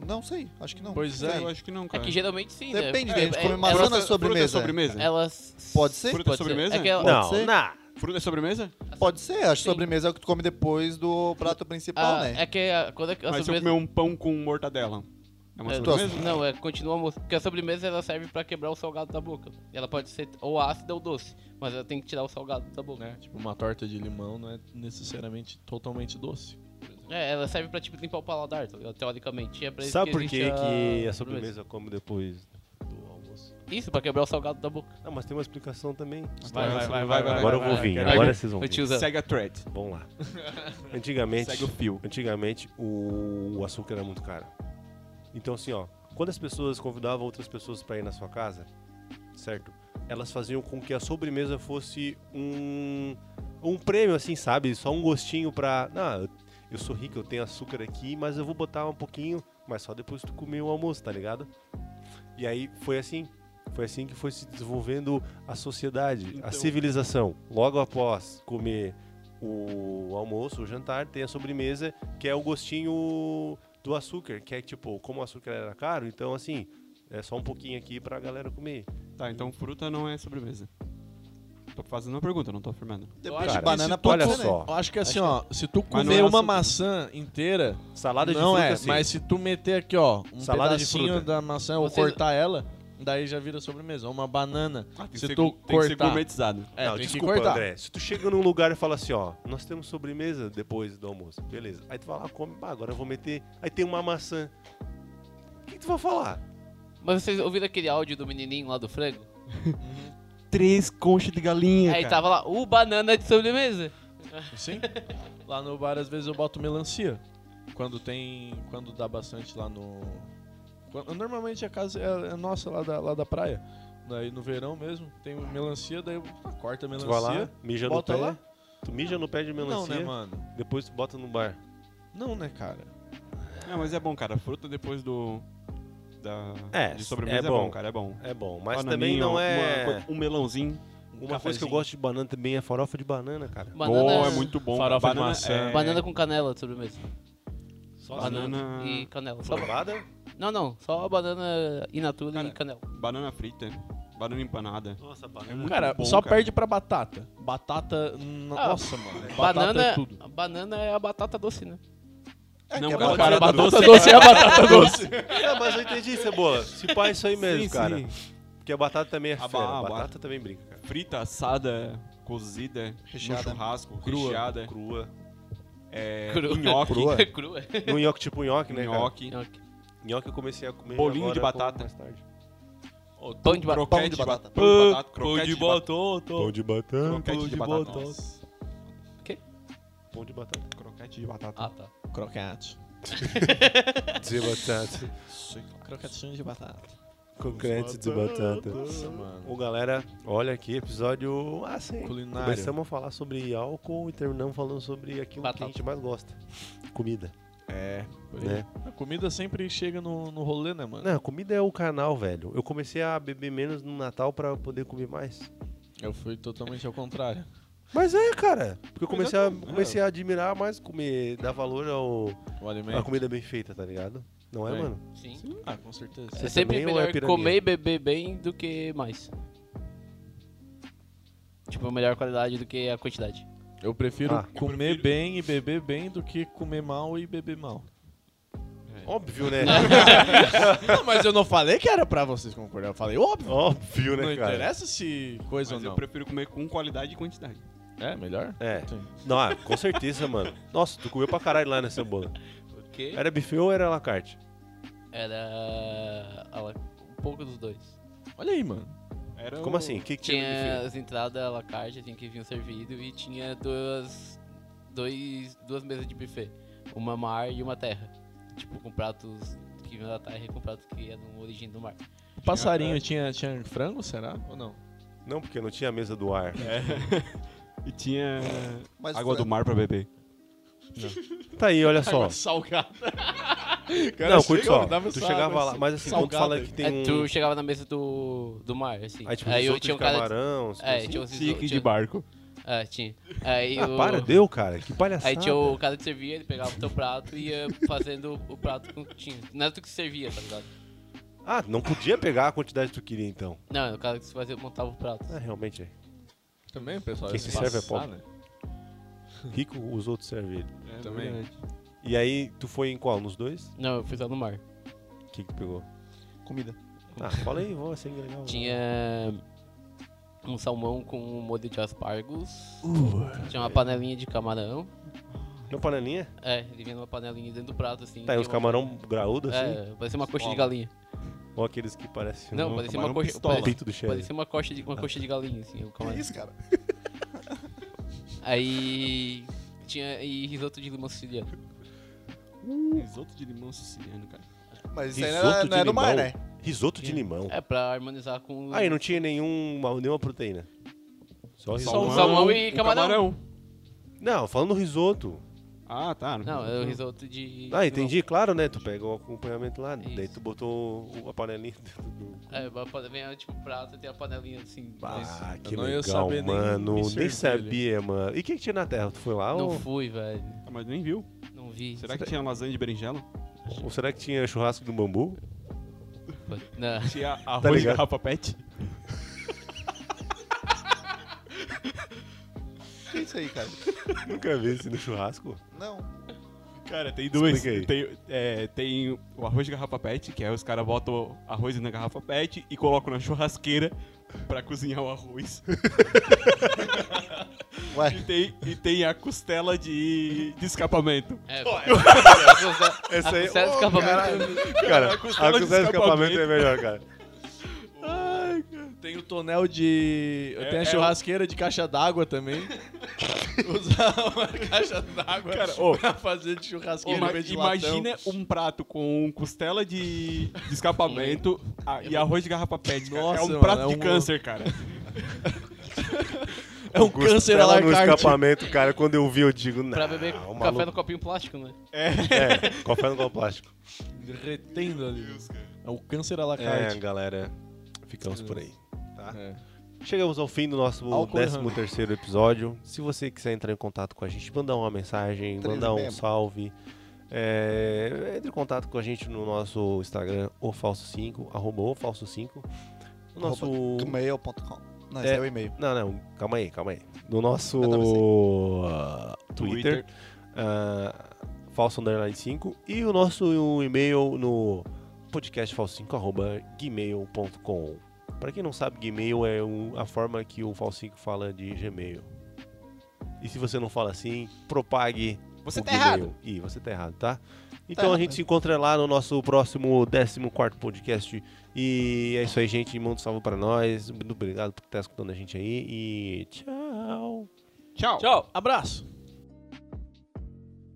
G: Não sei, acho que não.
B: Pois
G: Sei.
B: é,
D: Eu acho que não,
E: É
D: cara.
E: que geralmente sim, né?
G: Depende,
E: É,
G: tem gente que
E: é,
G: come
E: é,
G: maçã na
E: elas-
D: Fruta é
G: sobremesa.
D: sobremesa?
E: Elas.
G: Pode ser?
D: Fruta é
E: pode ser.
D: sobremesa?
E: É que ela-
G: Pode
C: não,
G: ser?
C: não.
D: Fruta é sobremesa?
G: Pode ser, acho que
E: Sim.
G: sobremesa é o que tu come depois do prato principal,
E: a-
G: né?
E: É que a, quando a, a
D: Mas se eu
E: sobremesa.
D: comer um pão com mortadela, é uma
E: É,
D: sobremesa?
E: Não, é, continua almoço. Porque a sobremesa ela serve pra quebrar o salgado da boca. Ela pode ser ou ácida ou doce, mas ela tem que tirar o salgado da boca.
B: né? Tipo, uma torta de limão não é necessariamente totalmente doce.
E: É, ela serve pra tipo limpar o paladar, tá ligado? teoricamente. É pra isso
C: Sabe
E: que
C: por que,
E: existe
C: que a sobremesa eu como depois do almoço?
E: Isso, pra quebrar o salgado da boca.
C: Ah, mas tem uma explicação também.
D: Vai, vai, vai, vai, vai,
C: Agora eu
D: vai,
C: vou
D: vai,
C: vir,
D: vai,
C: agora
E: vai.
C: vocês vão
E: Eu te
C: vir.
E: uso.
D: vai. Segue a thread.
C: Vamos lá. Antigamente,
D: Segue o fio.
C: antigamente o o açúcar era muito caro. Então assim, ó, quando as pessoas convidavam outras pessoas pra ir na sua casa, certo? Elas faziam com que a sobremesa fosse um um prêmio assim, sabe? Só um gostinho pra, ah, eu- eu sou rico, eu tenho açúcar aqui, mas eu vou botar um pouquinho, mas só depois que tu comer o almoço, tá ligado? E aí foi assim, foi assim que foi se desenvolvendo a sociedade, a
D: Então-
C: civilização. Logo após comer o almoço, o jantar, tem a sobremesa, que é o gostinho do açúcar, que é tipo, como o açúcar era caro, então assim, é só um pouquinho aqui pra galera comer.
D: Tá, então fruta não é sobremesa. Tô fazendo uma pergunta, não tô afirmando.
G: Depende
C: Cara,
G: de banana
B: se tu-
G: pode
C: Olha
G: ser, né?
C: só,
B: Eu acho que assim, ó, se tu
D: Mas não
B: comer
D: é
B: uma
D: açúcar.
B: maçã inteira,
C: salada de
B: não
C: fruta
B: é,
C: sim.
B: mas se tu meter aqui, ó, um
C: Salada de
B: pedacinho
C: fruta.
B: da maçã ou
E: Vocês-
B: cortar ela, daí já vira sobremesa. Ou Uma banana,
D: Ah, tem que
B: se
D: ser-
B: tu
D: Tem que ser
B: cortar.
D: gourmetizado.
B: é,
C: não,
B: tem
C: desculpa,
B: que cortar.
C: André. Se tu chega num lugar e fala assim, ó, nós temos sobremesa depois do almoço, beleza. Aí tu vai lá, come, pá, agora eu vou meter. Aí tem uma maçã. O que, que tu vai falar?
E: Mas vocês ouviram aquele áudio do menininho lá do frango?
D: Três conchas de galinha,
E: Aí tava lá, o banana de sobremesa.
B: Sim. Lá no bar, às vezes, eu boto melancia. Quando tem. Quando dá bastante lá no. Quando- normalmente a casa é, é nossa lá da, lá da praia. Daí no verão mesmo, tem melancia, daí eu ah, corta a
C: Tu
B: melancia.
C: vai lá, mija no
B: bota
C: pé.
B: lá.
C: Tu mija no pé de
B: Não,
C: melancia,
B: né, mano?
C: depois tu bota no bar.
B: Não, né, cara?
E: tá.
D: É, mas é bom, cara. Fruta depois do. Da,
C: É,
D: de sobremesa
C: é
D: é bom.
C: bom.
D: cara. É bom.
C: É bom, mas
D: Bananinha,
C: também não é.
D: uma co- um melãozinho.
C: Uma, coisa assim. que eu
D: cafezinho.
C: gosto de banana também é farofa de banana, cara.
E: Banana,
D: Oh, é muito bom.
F: Farofa de
D: banana,
F: maçã.
D: é-
E: banana com canela de sobremesa.
C: Só assim,
E: Banana e canela. Só-
C: flambada.
E: não, não, só banana in natura e canela.
D: Banana frita. Banana empanada.
C: Nossa,
D: É
C: banana.
D: muito
B: Cara,
D: bom,
B: só
D: cara.
B: perde pra batata. Batata. n-
E: Ah,
B: nossa, mano. Batata
E: banana,
B: é tudo.
E: banana é a batata doce, né?
G: É,
D: Não,
G: que é
D: cara, tá
G: banana
D: cara,
G: doce.
D: batata
E: doce é a batata doce.
C: É, mas eu entendi, cebola. Se pá, é isso aí mesmo,
D: Sim,
C: cara.
D: sim.
C: Porque a batata também é
D: A ba-
C: fera.
D: a
C: A batata
D: batata.
C: também brinca, cara.
D: Frita, assada, cozida,
G: Recheada.
D: no churrasco,
C: Crua.
D: recheada.
C: Crua.
D: É,
E: Crua.
D: nhoque,
E: É crua.
C: No nhoque tipo nhoque, né, cara?
D: nhoque,
E: Nhoque.
C: Nhoque eu comecei a comer
D: Bolinho
C: agora,
D: de
C: eu como
D: batata.
C: Mais tarde.
E: Pão de batata.
D: croquete
G: de batata.
D: Pão de batata, croquete de batata.
C: Pão de batata.
D: Croquete de batata. Nossa,
C: Pão de batata.
D: Croquete de batata.
E: Ah, tá.
B: Croquete.
C: De batata.
B: Croquetinho de batata.
C: Concrete de batata.
B: Nossa, mano.
C: Ô, galera, olha aqui, episódio... Ah, sim.
B: Culinário.
C: Começamos a falar sobre álcool e terminamos falando sobre aquilo que
E: Batata.
C: a gente mais gosta. Comida,
D: É.
C: né?
B: A comida sempre chega no, no rolê, né, mano?
C: Não, comida é o canal, velho. Eu comecei a beber menos no Natal pra poder comer mais.
B: Eu fui totalmente ao contrário.
C: Mas é, cara. Porque eu comecei, a,
D: Exatamente.
C: comecei a admirar mais comer, dar valor ao,
B: O alimento.
C: Ah, à comida bem feita, tá ligado? Não é,
D: É.
C: mano?
E: Sim.
B: Ah, com certeza.
C: Você
E: é sempre
C: também ou é
E: melhor
C: pirania?
E: comer e beber bem do que mais. Tipo, melhor qualidade do que a quantidade.
B: Eu prefiro
C: Ah.
B: comer bem e beber bem do que comer mal e beber mal.
C: Óbvio, né?
B: não, mas eu não falei que era pra vocês concordar. Eu falei, óbvio.
C: Óbvio,
B: Não
C: né, cara?
B: interessa se coisa
D: Mas
B: ou
D: eu
B: não.
D: prefiro comer com qualidade e quantidade.
B: É, melhor?
C: É.
B: Sim.
C: Não, ah, com certeza, mano. Nossa, tu comeu pra caralho lá nessa bola.
E: Porque
C: Era buffet ou era la carte?
E: era a la- um pouco dos dois.
B: Olha aí, mano.
D: Era
C: Como
D: o-
C: assim? O que, que tinha
E: Tinha
C: no buffet?
E: as entradas à la carte, assim, que vinham servido, e tinha duas, dois, duas mesas de buffet. Uma mar e uma terra. Tipo, com pratos que vinham da terra e com pratos que eram origem do mar.
B: O passarinho tinha, tinha frango, será? Ou não?
C: Não, porque não tinha mesa do ar.
E: É.
D: E tinha
G: Mas é-
D: água
G: Fred,
D: do mar pra beber.
C: Tá aí, olha só.
B: Salgado.
C: não, curte só. Tu chegava lá, mas assim, quando tu fala que tem
E: Aí
C: um...
E: É, tu chegava na mesa do, do mar, assim.
C: Aí tipo,
E: aí eu
C: risoto
E: tinha
C: de
E: um cara.
C: camarão...
E: É,
C: assim.
E: tinha um risoto,
D: Chique de
E: tinha-
D: barco.
E: Ah, tinha. Aí
C: Ah,
E: o...
C: para, deu, cara. Que palhaçada.
E: Aí tinha o cara que servia, ele pegava o teu prato e ia fazendo o prato com o que tinha. Não era tu que servia, tá ligado?
C: Ah, não podia pegar a quantidade que tu queria, então.
E: Não, era o cara que fazia, montava o prato.
C: Ah, realmente é.
B: Também, pessoal.
C: Quem
B: assim,
C: se serve é
B: passar,
C: pobre.
B: né?
C: Rico, os outros servem ele.
D: É,
B: Também.
D: verdade.
C: E aí, tu foi em qual? Nos dois?
E: Não, eu fui lá no mar.
C: O que que tu pegou?
D: Comida.
C: Ah, fala aí, vou ser legal.
E: Tinha um salmão com um molho de aspargos. Tinha uma panelinha de camarão.
C: Uma panelinha?
E: É, ele vinha numa panelinha dentro do prato, assim.
C: Tá, e
E: tinha
C: uns
E: uma-
C: camarão graúdo, assim?
E: É, parecia uma coxa de galinha.
C: Ou aqueles que parecem...
E: Não,
C: um
E: parecia
C: camarão
E: uma coxa-
C: pistola.
E: parecia-
C: Peito do chefe.
E: Parecia uma coxa de, uma coxa de galinha, assim. O
G: Que
E: camarão.
G: isso, cara?
E: Aí tinha e risoto de limão siciliano.
D: Risoto de limão siciliano, cara.
G: Mas isso aí não
C: Risoto
G: é,
C: de
G: não é do mar,
C: limão?
G: né?
C: Risoto de limão.
E: É, pra harmonizar com...
C: Ah, e não tinha nenhuma, nenhuma proteína. Só risoto.
E: Salmão. salmão e
D: um
E: camarão.
C: Não, falando risoto.
D: Ah, tá.
E: Não, é o risoto de...
C: Ah,
E: limão.
C: entendi, claro, né? Tu pega o acompanhamento lá,
E: Isso.
C: daí tu botou o- a panelinha dentro do.
E: É, a panelinha, tipo, prato, tem a panelinha assim. mas
C: Ah, que
B: eu não ia
C: legal,
B: saber nem
C: mano.
B: me
C: Nem,
B: servir,
C: sabia, mano. E o que, que tinha na terra? Tu foi lá
E: não
C: ou,
E: fui, velho.
D: Ah, Mas nem viu.
E: Não vi.
D: Será que tinha lasanha de berinjela?
C: ou será que tinha churrasco do bambu?
E: Tipo, Não.
D: Tinha arroz
C: Tá
D: tá
C: ligado?
D: garrafa pet?
G: Que isso aí, cara?
C: Nunca vi isso no churrasco.
G: Não.
D: Cara, tem dois.
C: Explica aí.
D: Tem, é, tem o arroz de garrafa pet, que é os caras botam arroz na garrafa pet e colocam na churrasqueira pra cozinhar o arroz.
G: Ué,
D: E tem, e tem a costela de, de escapamento.
E: É,
C: Essa aí-
E: Sério,
C: Ô,
E: escapamento.
C: Cara, a
D: costela
C: costela
D: de
C: de escapamento
D: escapamento
C: é melhor, cara.
B: Tem o tonel de.
D: É-
B: tem a
D: é
B: churrasqueira de caixa d'água também. Usar uma caixa d'água
D: Cara, ô.
B: pra fazer de churrasqueira
D: Ima-
B: em vez de latão.
D: imagina um prato com costela de, de escapamento a- e arroz de garrafa pet. cara.
B: Nossa,
D: é um
B: mano,
D: prato
B: é
D: de
B: um-
D: câncer, cara.
B: É um câncer a
C: Costela no
B: largar.
C: escapamento, cara. Quando eu vi, eu digo, não.
E: Pra
C: o
E: beber café
C: maluco-
E: no copinho plástico, né?
C: É, café no copo plástico.
B: Retendo ali. É o câncer a
C: É,
B: lacarte.
C: galera, ficamos por aí. tá?
B: É.
C: Chegamos ao fim do nosso
B: Álcool e
C: 13 terceiro episódio. Se você quiser entrar em contato com a gente, mandar uma mensagem,
G: Três
C: mandar um
G: mesmo.
C: salve, é, entre em contato com a gente no nosso Instagram, o Falso5, arroba o Falso5. O nosso...
G: Gmail.com. Não, esse
C: É.
G: é, o e-mail.
C: Não, não, calma aí, calma aí. No nosso
G: Ah, tá,
C: uh, Twitter, ah, falso underline 5, e o nosso e-mail no podcastfalso5, arroba gmail.com. Pra quem não sabe, Gmail é o- a forma que o Falso 5 fala de Gmail. E se você não fala assim, propague.
D: Você
C: o
D: tá
C: Gmail.
D: errado. né?
C: Ih, você tá errado, tá? Então a
G: errado.
C: gente se encontra lá no nosso próximo 14 podcast. E é isso aí, gente. Manda um salve pra nós. Muito obrigado por estar escutando a gente aí. E tchau.
D: Tchau.
E: Tchau.
B: Abraço.